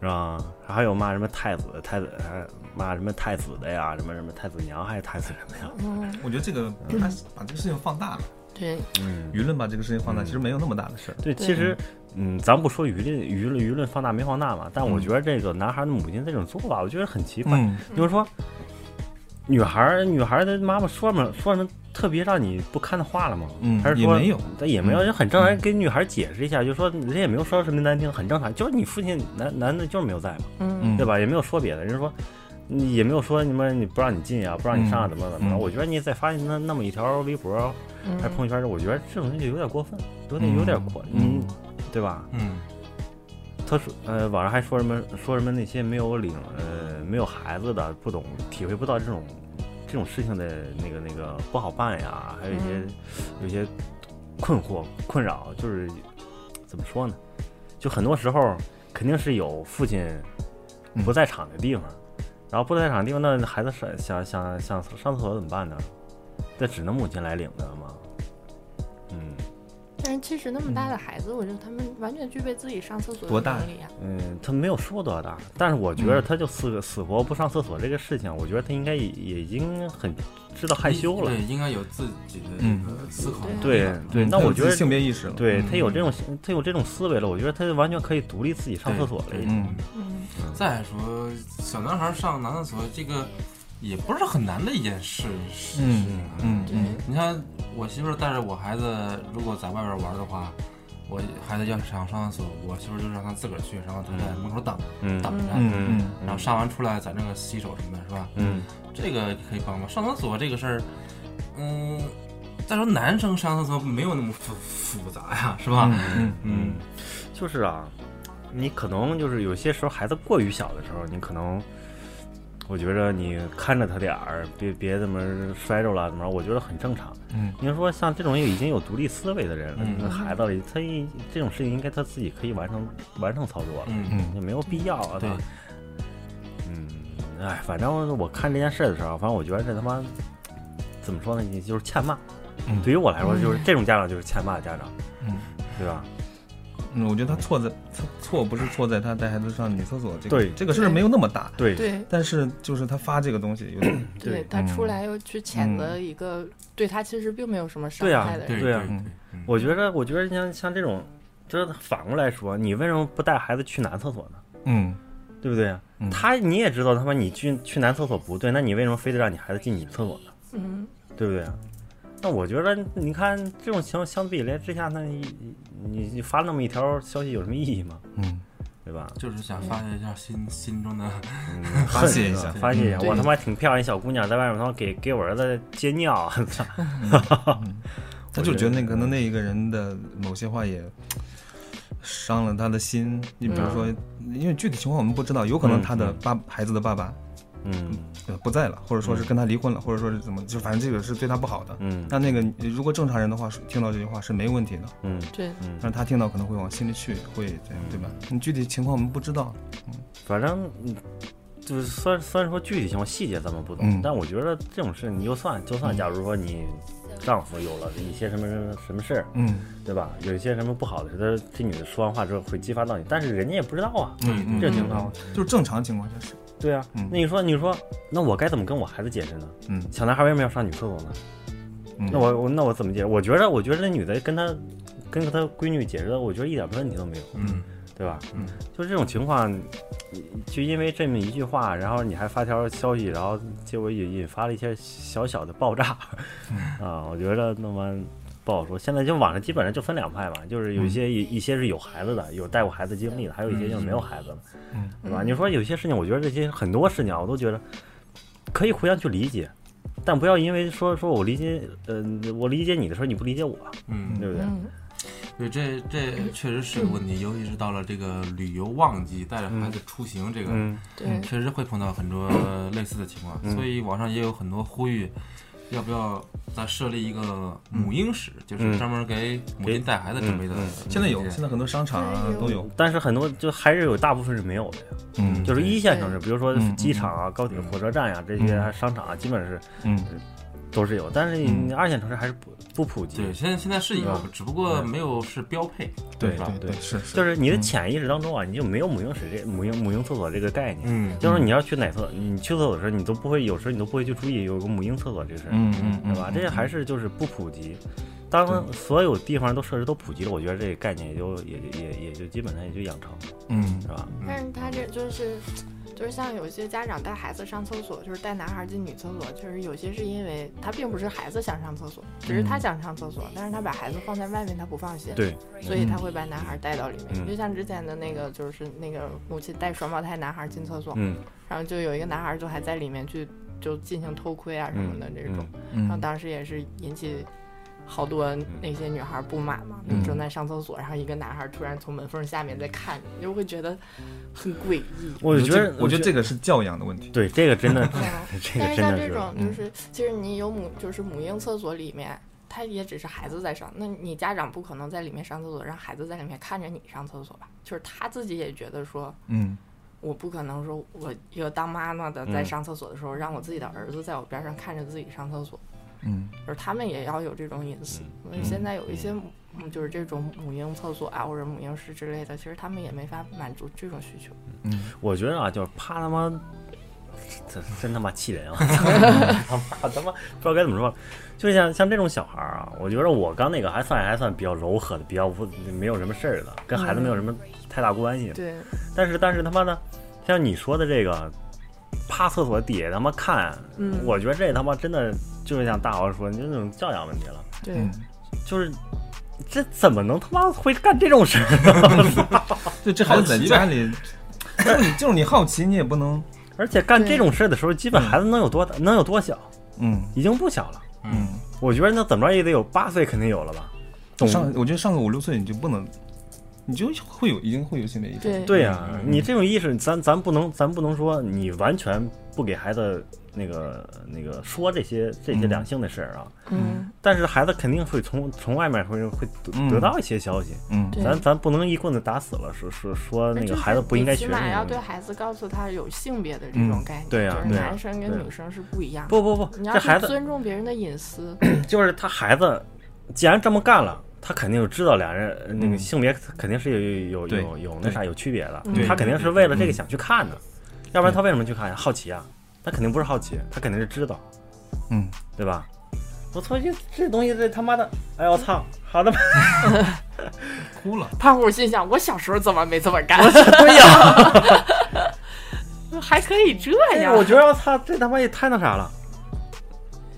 是吧？还有骂什么太子太子，还骂什么太子的呀，什么什么太子娘还是太子什么呀？
嗯，
我觉得这个他把这个事情放大了，
对，
嗯，
舆论把这个事情放
嗯
大，其实没有那么大的事儿。
对，
对
其实，嗯，咱不说舆论舆论舆论放大没放大嘛，但我
嗯
觉得这个男孩的母亲这种做法，我觉得很奇怪。
嗯
就是说，女孩儿女孩儿的妈妈说什么说什么特别让你不堪的话了吗？
嗯
还是
也
说
没有，嗯
但也没有，人很正常，给女孩儿解释一下，就说人家也没有说什么难听，很正常，就是你父亲男男的就是没有在嘛，
嗯
嗯
对？吧？也没有说别的，人家说。你也没有说你们你不让你进啊，不让你上啊，怎么怎么着？
嗯
我觉得你再发那那么一条微博
嗯
还是
哎
朋友圈儿，我觉得这种东西有点过分，有点有点过，
嗯
嗯，对吧？
嗯，
他说，呃，网上还说什么说什么那些没有领呃没有孩子的不懂体会不到这种这种事情的那个那个不好办呀，还有一些、
嗯
有一些困惑困扰，就是怎么说呢？就很多时候肯定是有父亲
嗯
不在场的地方，然后不在场的地方，那孩子想想想想上厕所怎么办呢？那只能母亲来领的嘛。嗯
但是其实那么大的孩子，我觉得他们完全具备自己上厕所
多
的
大
能力啊。
嗯，他没有说多大，但是我觉得他就死、死活不上厕所这个事情，我觉得他应该也也已经很知道 [LAUGHS] 害羞了。
对，应该有自己的
嗯
这个思考能力吧。
对对，那
他有
我
自
觉
己
得
性别意识了，
对他有
嗯
这种他有这种思维了，我觉得他完全可以独立自己上厕所了
对
已经。
嗯
嗯
再说，小男孩上男厕所这个也不是很难的一件事，是
嗯
是啊
嗯嗯
你看我媳妇儿带着我孩子，如果在外边玩的话，我孩子要是想上厕所，我媳妇儿就让他自个儿去，然后他在门口等
嗯
等着，
嗯嗯
嗯
然后上完出来在那个洗手什么的，是吧？
嗯
这个可以帮忙。上厕所这个事儿，嗯，再说男生上厕所没有那么复复杂呀，是吧？
嗯
嗯，就是啊，你可能就是有些时候孩子过于小的时候，你可能。我觉着你看着他点儿，别别怎么摔着了，怎么着？我觉得很正常。
嗯
您说像这种已经有独立思维的人，
嗯
那孩子了，他一这种事情应该他自己可以完成完成操作了，
嗯
嗯
就没有必要啊。
对
他，嗯，哎，反正我看这件事的时候，反正我觉得这他妈怎么说呢，你就是欠骂。
嗯
对于我来说，就是这种家长就是欠骂的家长，
嗯
对吧？
嗯，我觉得他错在错错不是错在他带孩子上女厕所这个
对
这个事儿没有那么大，
对
对
但是就是他发这个东西有点
对，他出来又去谴责一个对他其实并没有什么伤
对啊
害的人。
对
对啊
对
嗯
嗯
我觉着，我觉着像像这种，就是反过来说，你为什么不带孩子去男厕所呢？
嗯
对不对？
嗯
他你也知道他妈你去去男厕所不对，那你为什么非得让你孩子进你厕所呢？
嗯，
对不对？那我觉得你看这种情况相比来之下，那你你你发那么一条消息有什么意义吗？
嗯，
对吧？
就是想发泄一下心心中的，
[LAUGHS] 发泄一下
恨是吧发泄一下。
嗯
我他妈挺漂亮一小姑娘，在外面他妈给给我儿子接尿，操
他就觉得那可
嗯
能那一个人的某些话也伤了他的心。你比如说，因为具体情况我们不知道，有可能他的
嗯
爸孩子的爸爸
[LAUGHS] 嗯
呃不在了，或者说是跟他离婚了，或者说是怎么，就反正这个是对他不好的。
嗯
那那个如果正常人的话，听到这句话是没问题的，
嗯
对，
嗯，
但是他听到可能会往心里去，会这样对吧？你具体情况我们不知道，
反正嗯就是虽然虽然说具体情况细节咱们不懂，
嗯
但我觉得这种事你就算就算，假如说你丈夫有了一些什么什么事儿，
嗯
对吧？有一些什么不好的事，这女的说完话之后会激发到你，但是人家也不知道啊，
嗯嗯，
这挺好。
就是正常情况下是，
对啊，
嗯
那你说你说，那我该怎么跟我孩子解释呢？
嗯
小男孩为什么要上女厕所呢？
嗯
那我我那我怎么解释？我觉得我觉得那女的跟她跟她闺女解释的，我觉得一点问题都没有，
嗯，
对吧？
嗯，
就这种情况，你就因为这么一句话，然后你还发条消息，然后结果引引发了一些小小的爆炸，
嗯
啊，我觉得那么。不好说，现在就网上基本上就分两派嘛，就是有一
嗯
些、一一些是有孩子的，有带过孩子经历的，还有一些就是没有孩子的，
嗯
对吧？你说有些事情，我觉得这些很多事情啊，我都觉得可以互相去理解，但不要因为说说我理解，呃，我理解你的时候你不理解我，
嗯，
对不对？
嗯，
对，这这确实是个问题，尤其是到了这个旅游旺季，带着孩子出行，这个、
嗯
对，
确实会碰到
[LAUGHS]
很多类似的情况，
嗯
所以网上也有很多呼吁，要不要再设立一个母
嗯
婴室，就是专门给母亲带孩子准备的
嗯嗯。
现在有，
这
现在很多商场啊
哎呦
都有，
但是很多就还是有大部分是没有的呀，
嗯
就是一线城市，
对
比如说
嗯
机场啊、高铁、火车站呀、这些啊商场啊，基本是
嗯
都是有，但是
嗯
你二线城市还是不不普及
对，。现在现在是有
嗯，
只不过没有是标配。
对
是吧
对对是，
就是是你的潜意识当中啊，你就没有母婴室这母婴母婴厕所这个概念。
嗯
就是说你要去哪厕，你去厕所的时候，你都不会，有时候你都不会去注意有个母婴厕所这个事儿。
嗯嗯
对吧？这个还是就是不普及。当所有地方都设置都普及了，我觉得这个概念也就也就也也就基本上也就养成了，
嗯
是吧？
但是他这就是。就是像有些家长带孩子上厕所，就是带男孩进女厕所，就是有些是因为他并不是孩子想上厕所，只是他想上厕所，但是他把孩子放在外面，他不放心，
对，
所以他会把男孩带到里面。
嗯
就像之前的那个，就是那个母亲带双胞胎男孩进厕所，
嗯
然后就有一个男孩就还在里面去就进行偷窥啊什
嗯
么的这种，然后
嗯
当时也是引起好多那些女孩不满嘛，
嗯
就正在上厕所，然后一个男孩突然从门缝下面在看你，就会觉得很诡异。
我觉
觉
得
我觉得这个是教养的问题，
对这个
[LAUGHS]
真的，
嗯
这
[LAUGHS] 但
个真
是像
的
这
是，
种就是，其实你有母就是母婴厕所里面。他也只是孩子在上，那你家长不可能在里面上厕所，让孩子在里面看着你上厕所吧？就是他自己也觉得说，
嗯
我不可能说我一个当妈妈的在
嗯
上厕所的时候，让我自己的儿子在我边上看着自己上厕所，
嗯
就是他们也要有这种隐私。
嗯
所以现在有一些母，嗯就是这种母婴厕所啊，或者母婴室之类的，其实他们也没法满足这种需求。
嗯，
我觉得啊，就是啪他妈，这真他妈气
[LAUGHS]
人啊！他妈他妈不知道该怎么说，就像像这种小孩儿啊，我觉得我刚那个还算还算比较柔和的，比较无没有什么事儿的，跟孩子没有什么太大关系。
嗯对，
但是但是他妈的，像你说的这个，趴厕所底下他妈看，
嗯
我觉得这他妈真的就是像大王说，你这种教养问题了，
对，
嗯
就是这怎么能他妈会干这种事儿？ [LAUGHS]
对，这孩子在家里，就是你就是你好奇，你也不能，
而且干这种事儿的时候，
嗯
基本孩子能有多大？能有多小？
嗯
已经不小了，
嗯，
我觉得那怎么着也得有八岁，肯定有了吧？懂
上我觉得上个五六岁你就不能，你就会有已经会有性别意识，
对
对呀、
嗯
你这种意识，咱咱不能咱不能说你完全不给孩子那个那个说这些这些
嗯
两性的事儿啊，
嗯，
但是孩子肯定会从从外面会会得
嗯
得到一些消息，
嗯
对。
咱咱不能一棍子打死了，说说说那
就
个
是
孩子不应该
你
学
起码
那
要
个
对
东西。
孩子告诉他有性别的这
嗯
种概念，
对呀
就是
对呀啊
男生跟
对
女生是不一样的。
不不不，
你
这
要
孩
去
子
尊重别人的隐私，
就是他孩子，既然这么干了，他肯定知道俩人呃那个
嗯
性别肯定是有有有
对
有有那啥有区别的
对，嗯
他肯定是为了这个想去看的，要不然他为什么去看呀？好奇啊，他肯定不是好奇，他肯定是知道，
嗯，
对吧？我操，这这东西这他妈的，哎呦我操，好的吧，
哭了，
胖虎心想：我小时候怎么没这么干？ [LAUGHS] 还可以这
哎呀，
样。
我觉得他这他妈也太那啥了，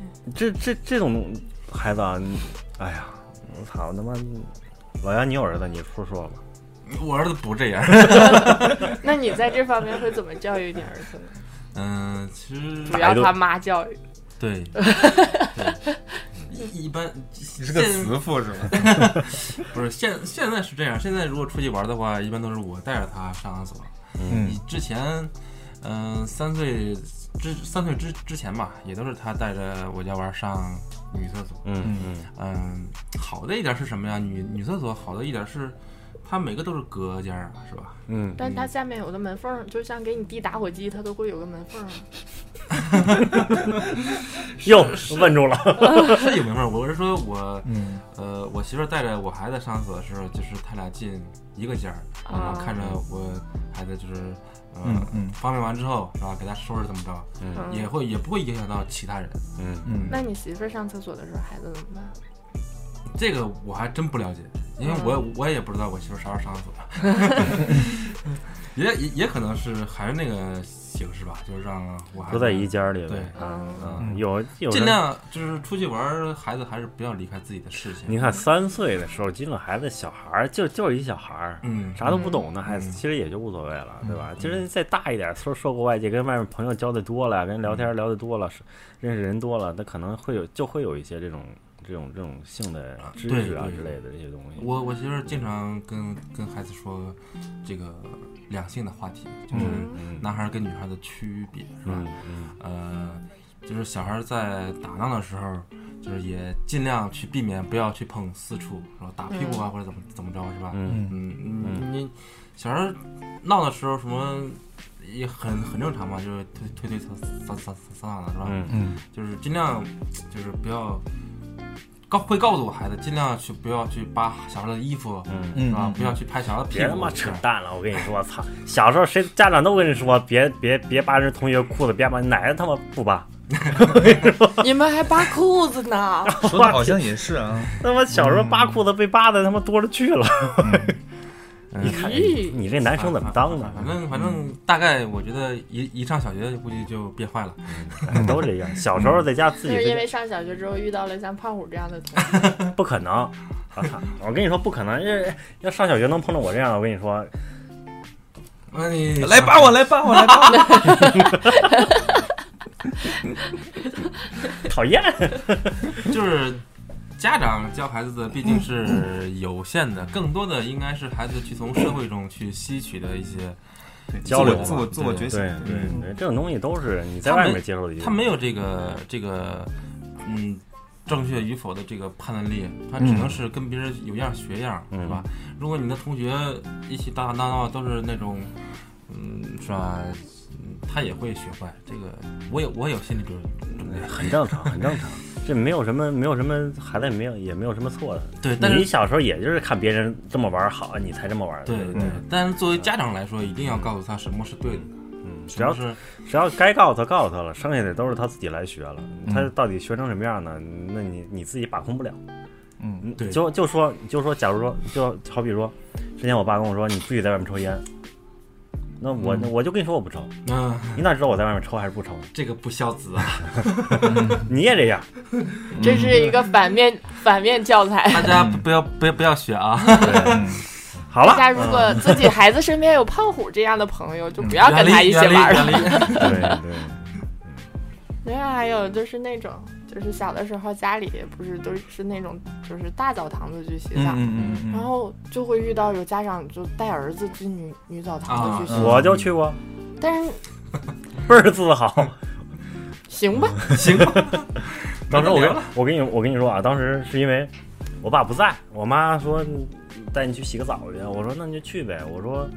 嗯
这这这种孩子，啊，你哎呀，我操他妈！老杨，你有儿子，你说说吧。
我儿子不这
[LAUGHS]
样。
那你在这方面会怎么教育你儿子呢？
嗯，其实
主要他妈教育。 [LAUGHS]
对，对，一一般
你
现
是个慈父是吧？
不是现现在是这样，现在如果出去玩的话，一般都是我带着他上厕所。
嗯，
之前，嗯、三岁之三岁之之前吧，也都是他带着我家娃上女厕所。
嗯嗯
嗯，好的一点是什么呀？女女厕所好的一点是，它每个都是隔间儿，啊是吧？
嗯，
但是它下面有个门缝，就像给你递打火机，它都会有个门缝。
嗯哟，问住了。
是有没法，我是说我，
嗯，
呃，我媳妇儿带着我孩子上厕所的时候，就是他俩进一个间儿，然
啊
后看着我孩子就是，呃，
嗯嗯
方便完之后，然后给他收拾怎么着，
嗯
也会也不会影响到其他人。
嗯
嗯，
那你媳妇儿上厕所的时候，孩子怎么办？
这个我还真不了解，因为我、我也不知道我媳妇儿啥时候上厕所， [LAUGHS] 也也也可能是还是那个形式吧，就是让我孩子
都在一家里呗。
对
嗯，
嗯，有有
尽
人。
量就是出去玩儿，孩子还是不要离开自己的视线。
你，看三岁的时候，基本孩子小孩儿就就是一小孩儿，
嗯，
啥都不懂的孩子，
嗯
其实也就无所谓了，对吧？其实再大一点，说受过外界，跟外面朋友交的多了，跟聊
嗯
天聊的多了，是认识人多了，那可能会有就会有一些这种这种这种性的知识啊
对对
之类的这些东西。
我我媳妇儿经常跟跟孩子说这个两性的话题，就是
嗯嗯
男孩儿跟女孩儿的区别，是吧？
嗯嗯
呃，就是小孩儿在打闹的时候，就是也尽量去避免，不要去碰私处，然后打屁股啊、或者怎么怎么着，是吧？
嗯
嗯嗯，你小孩儿闹的时候什么也很很正常嘛，就是推推推撒撒撒撒撒的是吧？
嗯
嗯
就是尽量就是不要告会告诉我孩子，尽量去不要去扒小孩的衣服，
嗯。
嗯
是吧？啊不要去拍小孩的屁股，
别他妈扯
是吧
淡了！我跟你说，操！小时候谁家长都跟你说，别别别扒人同学裤子，别扒，哪个他妈不扒？
你们还扒裤子呢？
说的好像也是啊，
他妈小时
嗯
候扒裤子被扒的他妈多了去了。
嗯
[LAUGHS] 你看哎
咦
你这男生怎么当的？
反正反正大概我觉得一一上小学估计就憋坏了。嗯
哎都这样。小时候在家自己
[LAUGHS] 就是因
在
为
家
上小学之后遇到了像胖虎这样的同学，
不可能，我操！我跟你说不可能，要要上小学能碰到我这样的，我跟你说，
那
[LAUGHS]
你
来扒我，来扒我，来扒我，
讨厌。
就是家长教孩子的毕竟是有限的，更多的应该是孩子去从社会中去吸取的一些，
对
交流
自我自我自我觉醒，
对对对，这种东西都是你在
嗯他没
外面接受的一些。
他没有这个这个嗯正确与否的这个判断力，他只能是跟别人有样学样，
嗯
是吧？如果你的同学一起打打闹闹都是那种，嗯，是吧？嗯他也会学坏，这个我有我有心理准准备，
很正常，很正常。这没有什么，没有什么，孩子也没有，也没有什么错的。
对，但
你
是
小时候也就是看别人这么玩儿好，你才这么玩儿的。
对对，但是作为家长来说，一定要告诉他什么是对的，
嗯，只
什
要
么是
只要该告诉他，告诉他了，剩下的都是他自己来学了。他到底学成什么样呢？那你你自己把控不了。
嗯
嗯
对
就就说就说，假如说，就好比说，之前我爸跟我说，你不许在外面抽烟。那我、我就跟你说我不抽，
嗯。
你哪知道我在外面抽还是不抽呢？
这个不孝子啊！
你也这样，嗯
这是一个反面反面教材。
大家不要不要不要学啊！
嗯
嗯
好了，
大 [LAUGHS]
嗯
家如果自己孩子身边有胖虎这样的朋友，就不要跟他一起
远离
玩了。
远离
[LAUGHS]
远离
对对，
另外还有就是那种，就是小的时候家里不是都是那种，就是大澡堂子去洗
嗯
澡，
嗯嗯
然
嗯，
后就会遇到有家长就带儿子去女女澡堂子去洗，
啊
嗯
我就去过，
但是
倍儿自豪。
行吧，
行吧，
当时我
聊
跟
了
我跟你我跟你说啊，当时是因为我爸不在，我妈说带你去洗个澡去，我说那你就去呗，我说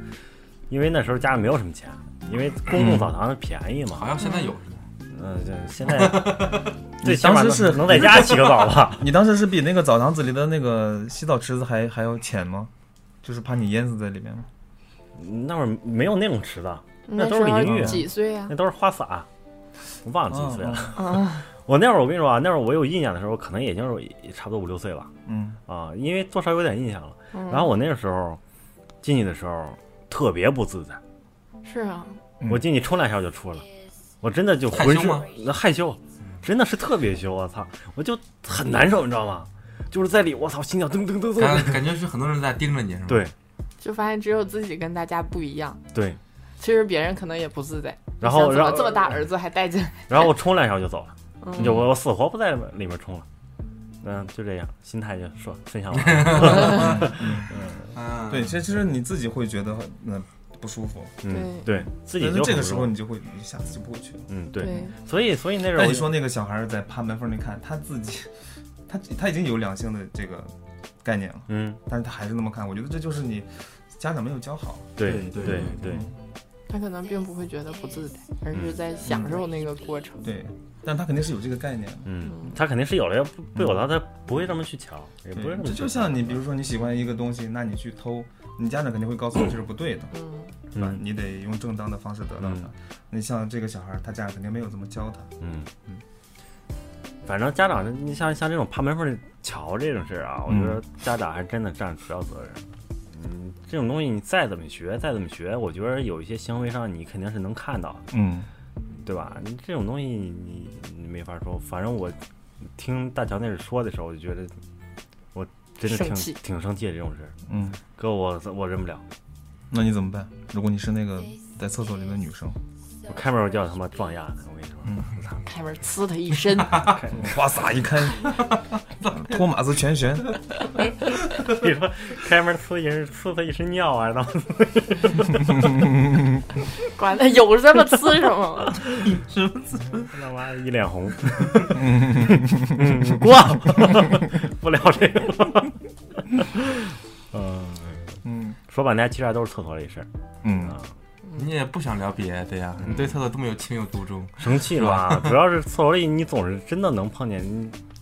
因为那时候家里没有什么钱，因为公共澡堂便宜嘛
好，像现在有似的。
嗯，对，现 [LAUGHS] 在最
你
起码
当时
能
是
能在家洗个澡 [LAUGHS] 吧？
你当时是比那个澡堂子里的那个洗澡池子还还要浅吗？就是怕你淹死在里面吗？
那会儿没有那种池子，那
时
都是淋浴啊
候几岁啊？
那都是花洒，我忘了
嗯
几岁了。
啊，
[LAUGHS] 我那会儿我跟你说啊，那会儿我有印象的时候，可能也就是差不多五六岁了
嗯
啊，因为多少有点印象了。
嗯
然后我那时候进去的时候特别不自在，
是啊，
嗯
我进去冲两下我就出来了，我真的就
害
浑
羞
身
吗
那害羞，真的是特别羞，我操，我就很难受，你知道吗？就是在里，我操，心跳噔噔噔
啊
噔，
感感觉是很多人在盯着你，是吧？
对
就发现只有自己跟大家不一样，
对，
其实别人可能也不自在。
然后
想怎
然
么
后
这么大儿子还带进来？
然后我冲两下我就走了，
嗯
[LAUGHS] 就我我死活不在里面冲了，嗯，就这样，心态就说分享
[LAUGHS]
完了。
嗯，
对，其实其实你自己会觉得嗯、不舒服，
嗯，对自己
但
就是
这
很
个
不
时
舒
候
服
你就会你下次就不会去了。
嗯对，
对，
所以所以那时候
但你说那个小孩儿在趴门缝儿那看，他自己，他他已经有两性的这个概念了，
嗯
但是他还是那么看，我觉得这就是你家长没有教好。
对
对
对
对
对
对
他可能并不会觉得不自在，而
嗯
是在享受那个过程。
对，但他肯定是有这个概念的。
嗯，他肯定是有了，要不不有了他不会这么去抢，也不会
对
这，么
嗯这
去
就像你，比如说你喜欢一个东西，那你去偷，你家长肯定会告诉你这是
[CLEARS THROAT]
不对的，
嗯，
是吧？
嗯
你得用正当的方式得到它
嗯。
你像这个小孩儿，他家长肯定没有这么教他。
嗯嗯，反正家长，你像像这种趴门缝儿瞧这种事儿啊，我觉得家长还真的占主要责任。嗯，这种东西你再怎么学，再怎么学，我觉得有一些行为上你肯定是能看到的，
嗯，
对吧？你这种东西你你没法说，反正我听大乔那儿说的时候，我就觉得我真的挺
生气
挺生气的这种事儿。
嗯，
哥，我我忍不了，
那你怎么办？如果你是那个在厕所里的女生，
我开门我就要他妈撞丫的，我跟你说， [LAUGHS] 嗯
开门呲他一身，
哗撒一 [LAUGHS] 嗯开，托马斯全旋，
你说开门呲一身呲他一身尿啊，然后
管他有这么呲什么吗？
[LAUGHS] 他妈一脸红，嗯， [LAUGHS] 过，不聊这个了。 [LAUGHS] 嗯，
嗯
说半天其实还都是厕所里事儿
嗯
啊，
你也不想聊别的呀，你对厕所这么有情有独钟，
生气了吧？ [LAUGHS] 主要是厕所里你总是真的能碰见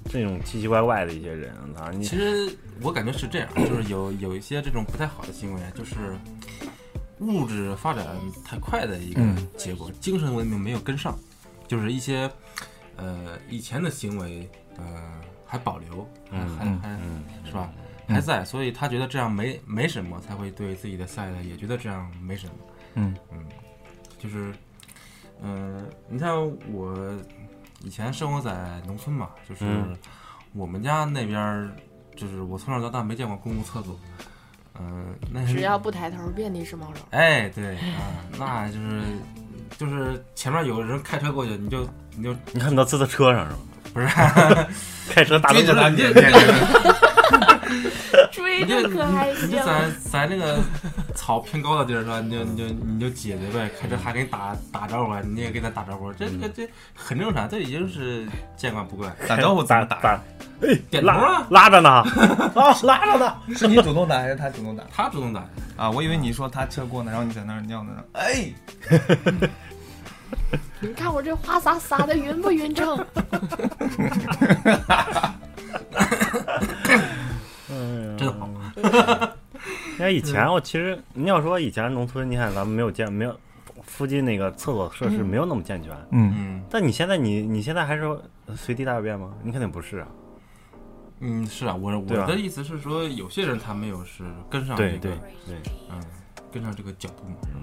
这种奇奇怪怪的一些人啊，你
其实我感觉是这样，就是有有一些这种不太好的行为，就是物质发展太快的一个
嗯
结果，精神文明没有跟上，就是一些呃以前的行为呃还保留，还
嗯
还
嗯
还
嗯
是吧？还在，所以他觉得这样没没什么，才会对自己的下一代也觉得这样没什么。
嗯
嗯，就是，呃，你像我以前生活在农村嘛，就是
嗯
我们家那边儿，就是我从小到大没见过公共厕所，嗯、那是
只要不抬头，遍地是毛茸。
哎，对啊，那就是就是前面有个人开车过去，你就你就
你恨不得呲在车上是吧？
不是 [LAUGHS]
开车打灯
着他
你就你就
[LAUGHS] 追 [LAUGHS]
你就
着可还
你
行
就，在在那个草偏高的地儿是吧？你就你就你就解决呗，开车还给你打打招呼，啊你也给他打招呼，这
嗯
这这很正常，这已经是见怪不怪。
打招呼怎么
打
打？
打
点头
拉
啊，哦
拉
[LAUGHS]
着呢，啊拉着呢，
是你主动打还是他主动打？
他主动打，
啊，我以为你说他车过呢，然后你在那儿尿呢。哎，
你看我这花洒洒的匀不匀称？
真好。
[LAUGHS] 因为以前我其实你要说以前农村，你看咱们没有建没有附近那个厕所设施没有那么健全，
嗯，
嗯
但你现在你你现在还是随地大小便吗？你肯定不是啊。
嗯，是啊，我我
对吧
的意思是说，有些人他没有是跟上这
对
个，
对对，
嗯，跟上这个脚步嘛，是吧？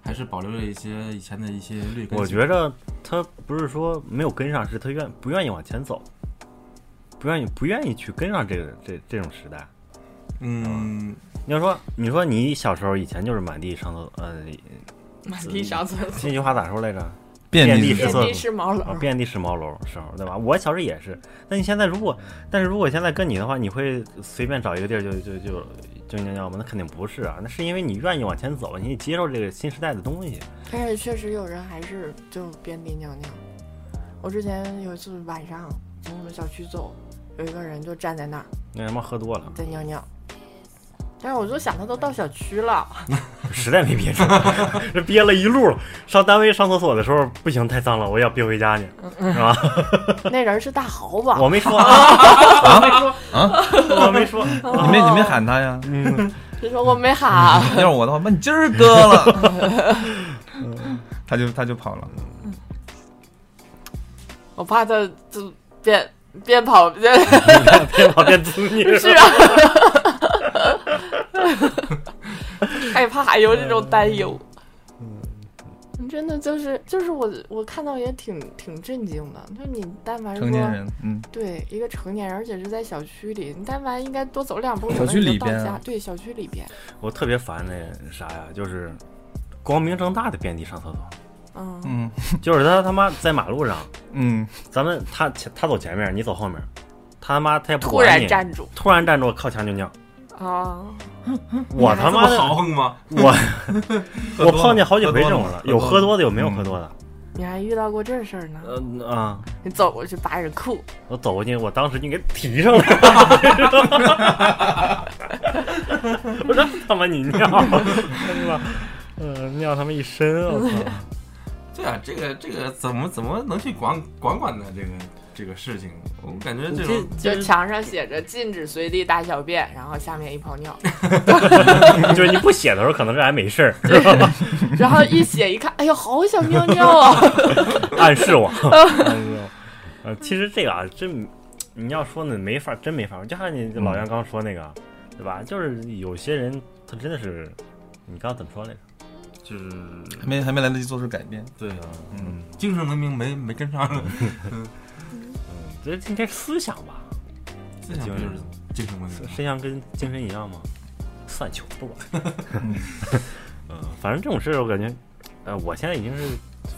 还是保留了一些以前的一些劣根性。
我觉着他不是说没有跟上，是他愿不愿意往前走，不愿意不愿意去跟上这个这这种时代。
嗯，
你要说你说你小时候以前就是满地上厕所，呃，
满地上 [LAUGHS] 厕所，
那句话咋说来着？地
遍地
是
遍
厕所
地是毛 [LAUGHS]
啊，
茸。
遍地是毛楼时候，对吧？我小时候也是。那你现在如果，但是如果现在跟你的话，你会随便找一个地儿就就就就尿尿吗？那肯定不是啊，那是因为你愿意往前走，你接受这个新时代的东西。
但是确实有人还是就遍地尿尿。我之前有一次晚上从我们小区走，有一个人就站在那儿
那他妈喝多了，
在尿尿，但是我就想他都到小区了，
实在没憋住， [LAUGHS] 这憋了一路。上单位上厕所的时候，不行，太脏了，我要憋回家去，是吧？
那人是大豪吧？
我没说啊， [LAUGHS]
啊！
我没说，
你没你没喊他呀？
嗯，
就说我没喊，
要是我的话，把你今儿割了。 [LAUGHS] 他就他就跑了，
我怕他就边边跑边
边跑边滋你
[LAUGHS] 是啊，害怕有这种担忧。就是就是我我看到也挺挺震惊的，就是你但凡是
成
说
年人，嗯，
对一个成年人，而且是在小区里，你但凡应该多走两步，
小区里
可
边
能你就到
啊
家对小区里边，
我特别烦那啥呀，就是光明正大的遍地上厕所，
嗯，
嗯
就是他他妈在马路上，
嗯，
咱们他前他走前面，你走后面，他他妈他也不
突
管
然
你，
站住
突然站住靠墙就尿，
啊，
我他妈
这
的
么豪横吗？
我我
喝多了
碰见好几回这
喝多
种
了
了
吗，
有喝
多
多的，有没有
嗯
喝多的，
你还遇到过这事儿呢？
嗯啊。
你走过去扒人裤，
我走过去，我当时就给提上来了， [LAUGHS] 我让他妈你尿，是吧？呃，尿他妈一身，我操！
对啊，这个这个怎么怎么能去管管管呢？这个这个事情，我感觉这种
这
就墙上写着禁止随地大小便，然后下面一泡尿，
就是你不写的时候，可能这还没事儿，
然后一写一看，哎呦，好想尿尿啊！
暗示我。暗示我呃，其实这个啊，真你要说呢，没法，真没法。就像
嗯
你老杨刚说那个，啊对吧？就是有些人他真的是，你刚刚怎么说来着？
就是
还没还没来得及做出改变，
对啊，
嗯，
精神文明没没跟上，
这应该是思想吧？
[LAUGHS] 思想不就是精神文明吗？
思想跟精神一样吗？算球不管。 [LAUGHS]
嗯
嗯，反正这种事儿我感觉，呃，我现在已经是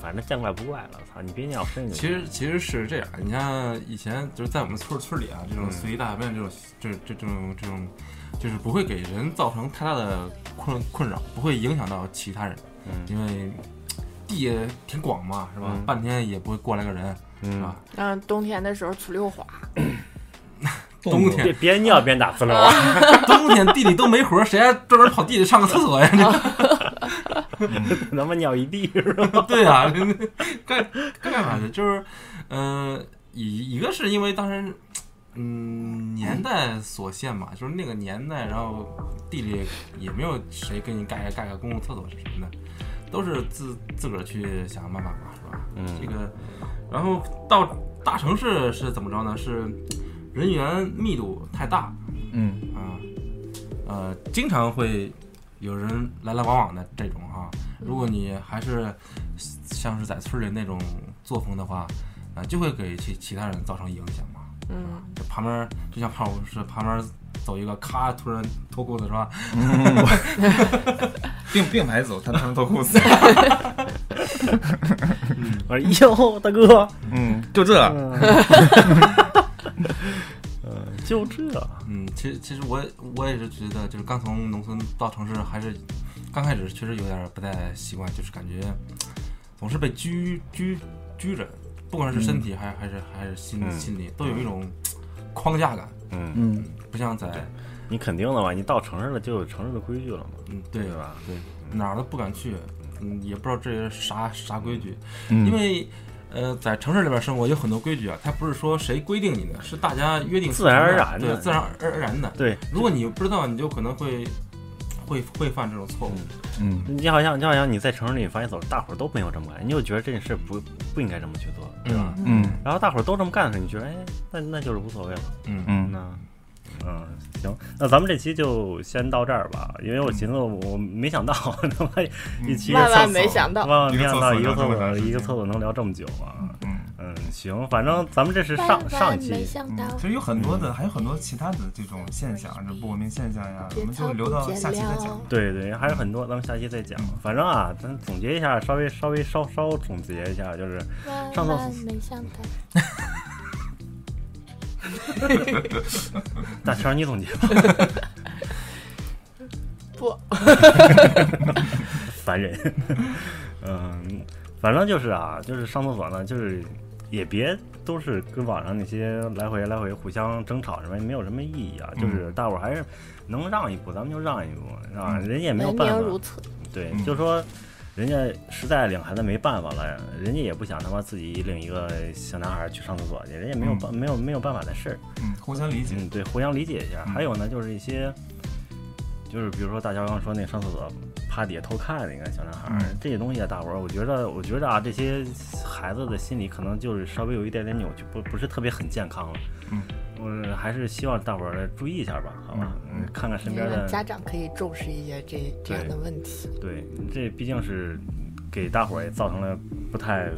反正见怪不怪了。操，你别尿身
其实其实是这样，你像以前就是在我们村村里啊，这种
嗯
随地大小便这种这这这种这种，就是不会给人造成太大的困困扰，不会影响到其他人，
嗯
因为地也挺广嘛，是吧？
嗯
半天也不会过来个人，是
嗯
吧，？
嗯，冬天的时候出溜滑，
冬天
别别尿边打滋溜啊！
冬天地里都没活儿，谁还专门跑地里上个厕所呀？
[LAUGHS] 他妈尿一地是吧？
[LAUGHS] 对呀、啊，干干干嘛去？就是，嗯、一一个是因为当时，嗯，年代所限嘛，就是那个年代，然后地里也没有谁给你盖个盖个公共厕所是什么的，都是自自个儿去想办法嘛，是吧？
嗯
这个，然后到大城市是怎么着呢？是人员密度太大，
嗯
啊，呃，经常会有人来来往往的这种啊。如果你还是像是在村里那种作风的话，啊，就会给其其他人造成影响嘛。
嗯，
这旁边就像胖虎是旁边走一个，咔，突然脱裤子是吧？
并并排走，他突然脱裤子，
我说哟，大哥，
[LAUGHS] 嗯，就这，
嗯，就这，
嗯，其实其实我也我也是觉得，就是刚从农村到城市，还是刚开始确实有点不太习惯，就是感觉总是被拘拘拘着，不管是身体还、还是还是心、
嗯
心理，都有一种框架感，
嗯，
嗯，
不像在
你肯定的嘛，你到城市了就有城市的规矩了嘛，
嗯对
对啊吧？
对哪儿都不敢去，嗯也不知道这是啥啥规矩，
嗯
因为。呃，在城市里边生活有很多规矩啊，它不是说谁规定你的，是大家约定
自然而
成
然的
对，自然而而然的。
对，
如果你不知道，你就可能会会会犯这种错误。
嗯
你好像你好像你在城市里发现走，大伙儿都没有这么干，你就觉得这件事不不应该这么去做，对吧？
嗯
然后大伙儿都这么干的时候，你觉得哎，那那就是无所谓了。
嗯嗯，
嗯，
那嗯，行，那咱们这期就先到这儿吧，因
嗯
为我寻思我没想到 [LAUGHS] 他妈一期
万万没想到
万，万没想到
一
一
个
个厕
厕所
所
能
一个厕所能聊这么久啊。
嗯，
嗯，行，反正咱们这是上上期，
想
嗯其实有很多的，还有很多其他的这种现象，这不文明现象呀，我们就留到下期再讲。
对对，还有很多，咱们下期再讲。
嗯
反正啊，咱总结一下，稍微稍微稍稍总结一下，就是嗯上厕所
没想到，
大强你总结吧，
不，
[LAUGHS] 烦人。嗯，反正就是啊，就是上厕所呢，就是也别都是跟网上那些来回来回互相争吵什么，没有什么意义啊。就是大伙儿还是能让一步，咱们就让一步，是吧？
嗯
人家也没有
文
办
明
法，
如此，
对，
嗯
就说人家实在领孩子没办法了，人家也不想他妈自己领一个小男孩去上厕所去，人家没有办、没有没有办法的事儿。
嗯，互相理解。
嗯，对，互相理解一下。
嗯
还有呢，就是一些，就是比如说大家刚说那上厕所趴底下偷看那个小男孩儿，
嗯
这些东西啊，大伙儿，我觉得，我觉得啊，这些孩子的心理可能就是稍微有一点点扭曲，不不是特别很健康了。
嗯，
我还是希望大伙儿注意一下吧，好吧？
嗯
嗯，看看身边
家
的，
长可以重视一些这这样的问题。
对，这毕竟是给大伙儿也造成了不太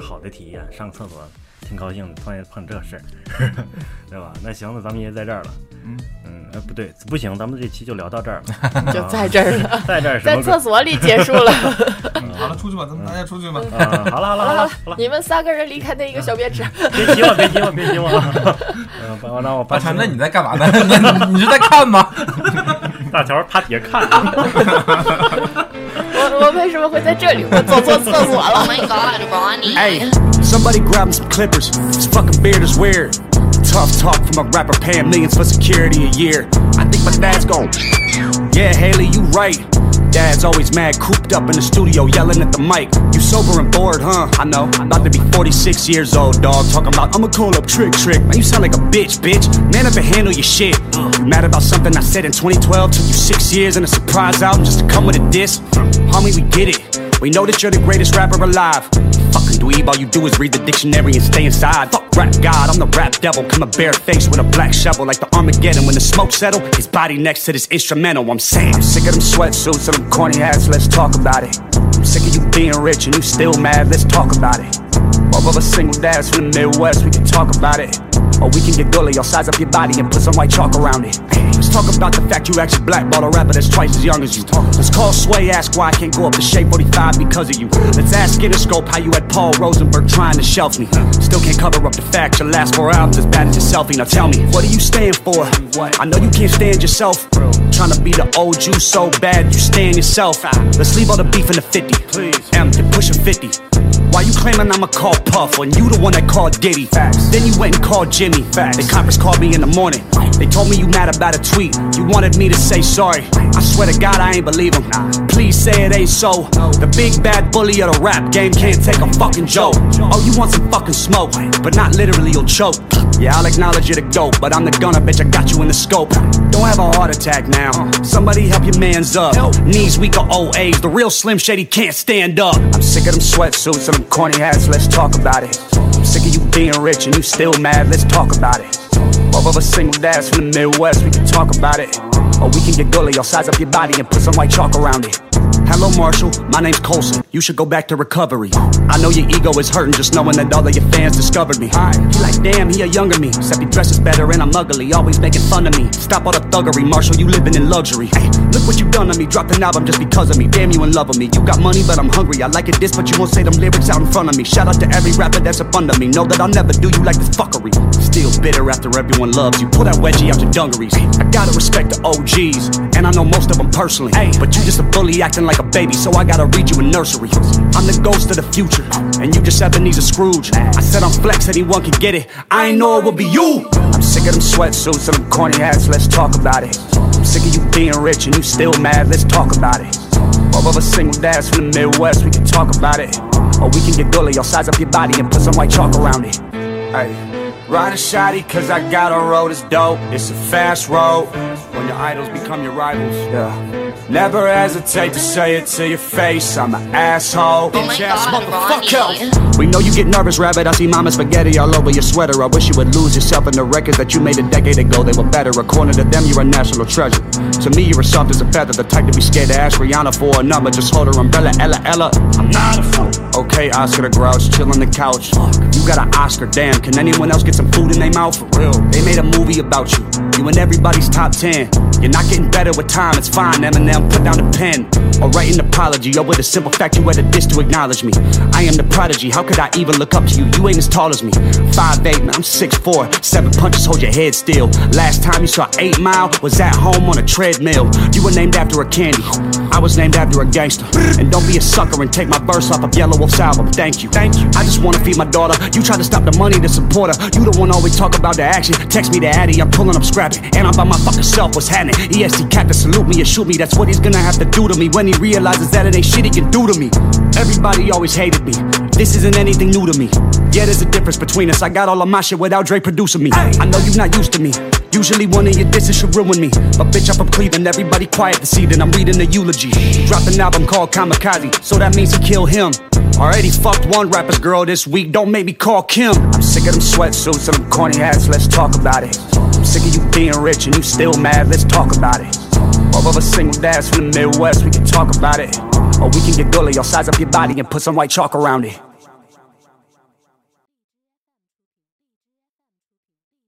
好的体验。上个厕所挺高兴的，突然碰这事儿， [LAUGHS] 对吧？那行，那咱们也在这儿了。
嗯
嗯，哎，不对，不行，咱们这期就聊到这儿
[LAUGHS]
了，
[LAUGHS] 就在这儿了，
在这儿什
在
么
厕所里结束了。
好了，出去吧，咱们大家出去吧。
啊、好了好了好了 [LAUGHS] 好了，啊
你们三个人离开那一个小便池，
别急我，别急我，别急 [LAUGHS] 我。嗯，把我让我
大
把
强，那你在干嘛呢？ [LAUGHS] 那你你是在看吗？
大乔趴底下看。
我我为什么会在这里？我走错厕所了。
Oh my god, Ronnie.
Hey, somebody grab him some clippers. His fucking beard is weird. Tough talk from a rapper paying millions for security a year. I think my dad's gone. Yeah, Haley, you right. Dad's always mad, cooped up in the studio, yelling at the mic. You sober and bored, huh? I know. I'm about to be 46 years old, dog. Talking about I'ma call up Trick Trick. Man, you sound like a bitch, bitch. Man up and handle your shit. You mad about something I said in 2012? Took you six years and a surprise album just to come with a diss. Homie, we get it. We know that you're the greatest rapper alive. Fucking dweeb, all you do is read the dictionary and stay inside. Fuck rap god, I'm the rap devil. Coming barefaced with a black shovel like the Armageddon. When the smoke settle, his body next to this instrumental. I'm saying, I'm sick of them sweatsuits and them corny hats, let's talk about it. I'm sick of you being rich and you still mad, let's talk about it. Both of us single dads from the Midwest, we can talk about it. Or we can get gully, I'll size up your body and put some white chalk around it. Let's talk about the fact you actually blackballed a rapper that's twice as young as you. Let's call Sway, ask why I can't go up to Shape 45 because of you. Let's ask Interscope how you had Paul Rosenberg trying to shelf me. Still can't cover up the fact your last four albums as bad as your selfie. Now tell me, what do you stand for? I know you can't stand yourself. Trying to be the old you so bad you stand yourself. Let's leave all the beef in the 50. Please. M, you're pushing 50. Why you claiming I'ma call Puff when you the one that called Diddy? Facts. Then you went and called Jimmy. Facts. The conference called me in the morning. They told me you mad about a tweet. You wanted me to say sorry. I swear to God I ain't believe 'em. Please say it ain't so. The big bad bully of the rap game can't take a fucking joke. Oh, you want some fucking smoke, but not literally. You'll choke. Yeah, I'll acknowledge you're the goat, but I'm the gunner, bitch. I got you in the scope. Don't have a heart attack now. Somebody Uh. help your man's up. Knees weak or old age. The real Slim Shady can't stand up. I'm sick of them sweatsuits and them corny hats. Let's talk about it. I'm sick of you being rich and you still mad. Let's talk about it. Both of us single dads from the Midwest. We can talk about it. Or we can get gully. I'll size up your body and put some white chalk around it. Hello, Marshall. My name's Colson. You should go back to recovery. I know your ego is hurting just knowing that all of your fans discovered me. He like, damn, he a younger me. Except he dresses better and I'm ugly. Always making fun of me. Stop all the thuggery, Marshall. You living in luxury. Hey, look what you done to me. Dropped an album just because of me. Damn, you in love with me. You got money, but I'm hungry. I like it this, but you won't say them lyrics out in front of me. Shout out to every rapper that's up under me. Know that I'll never do you like this fuckery. Still bitter after everyone loves you. Pull that wedgie out your dungarees. I gotta respect the OGs, and I know most of them personally. But you just a bully acting like a baby, so I gotta read you a nursery. I'm the ghost of the future, and you just Ebenezer Scrooge. I said I'm flex, anyone can get it. I ain't know it would be you. I'm sick of them sweatsuits and them corny hats, let's talk about it. I'm sick of you being rich and you still mad, let's talk about it. Both of us single dads from the Midwest, we can talk about it. Or we can get gully, I'll size up your body and put some white chalk around it. Hey. Ride a shoddy, cause I got a road, it's dope. It's a fast road. When your idols become your rivals. Yeah. Never hesitate to say it to your face. I'm an asshole.
Oh my
Bitch ass
God,
motherfucker.
Ronnie.
We know you get nervous, rabbit. I see mama spaghetti all over your sweater. I wish you would lose yourself in the records that you made a decade ago. They were better. According to them, you're a national treasure. To me, you're as soft as a feather. The type to be scared to ask Rihanna for a number. Just hold her umbrella, Ella, Ella. I'm not a fool. Okay, Oscar the Grouch, chill on the couch. You got an Oscar, damn. Can anyone else get some food in their mouth? For real. They made a movie about you. You in everybody's top 10. You're not getting better with time, it's fine. Eminem, put down the pen. Or write an apology, or with a simple fact you had a diss to acknowledge me. I am the prodigy, how could I even look up to you? You ain't as tall as me. 5'8, man, I'm 6'4. Seven punches hold your head still. Last time you saw 8 Mile was at home on a treadmill. You were named after a candy, I was named after a gangster. And don't be a sucker and take my verse off of Yellow Wolf's album. Thank you. Thank you. I just wanna feed my daughter. You try to stop the money to support her. You the one always talk about the action. Text me the addy, I'm pulling up scrapping. And I'm by my fucking self, what's happening? E EST captain salute me and shoot me. That's what he's gonna have to do to me when he realizes that it ain't shit he can do to me. Everybody always hated me. This isn't anything new to me. Yeah, there's a difference between us. I got all of my shit without Dre producing me. I know you're not used to me. Usually one of your disses should ruin me. But bitch, I'm from Cleveland, everybody quiet this evening. I'm reading the eulogy. He dropped an album called Kamikaze, so that means he killed him. Already fucked one rapper's girl this week, don't make me call Kim. I'm sick of them sweatsuits and them corny hats, let's talk about it. I'm sick of you being rich and you still mad, let's talk about it. Both of us single dads from the Midwest, we can talk about it. Or we can get gully, I'll size up your body and put some white chalk around it.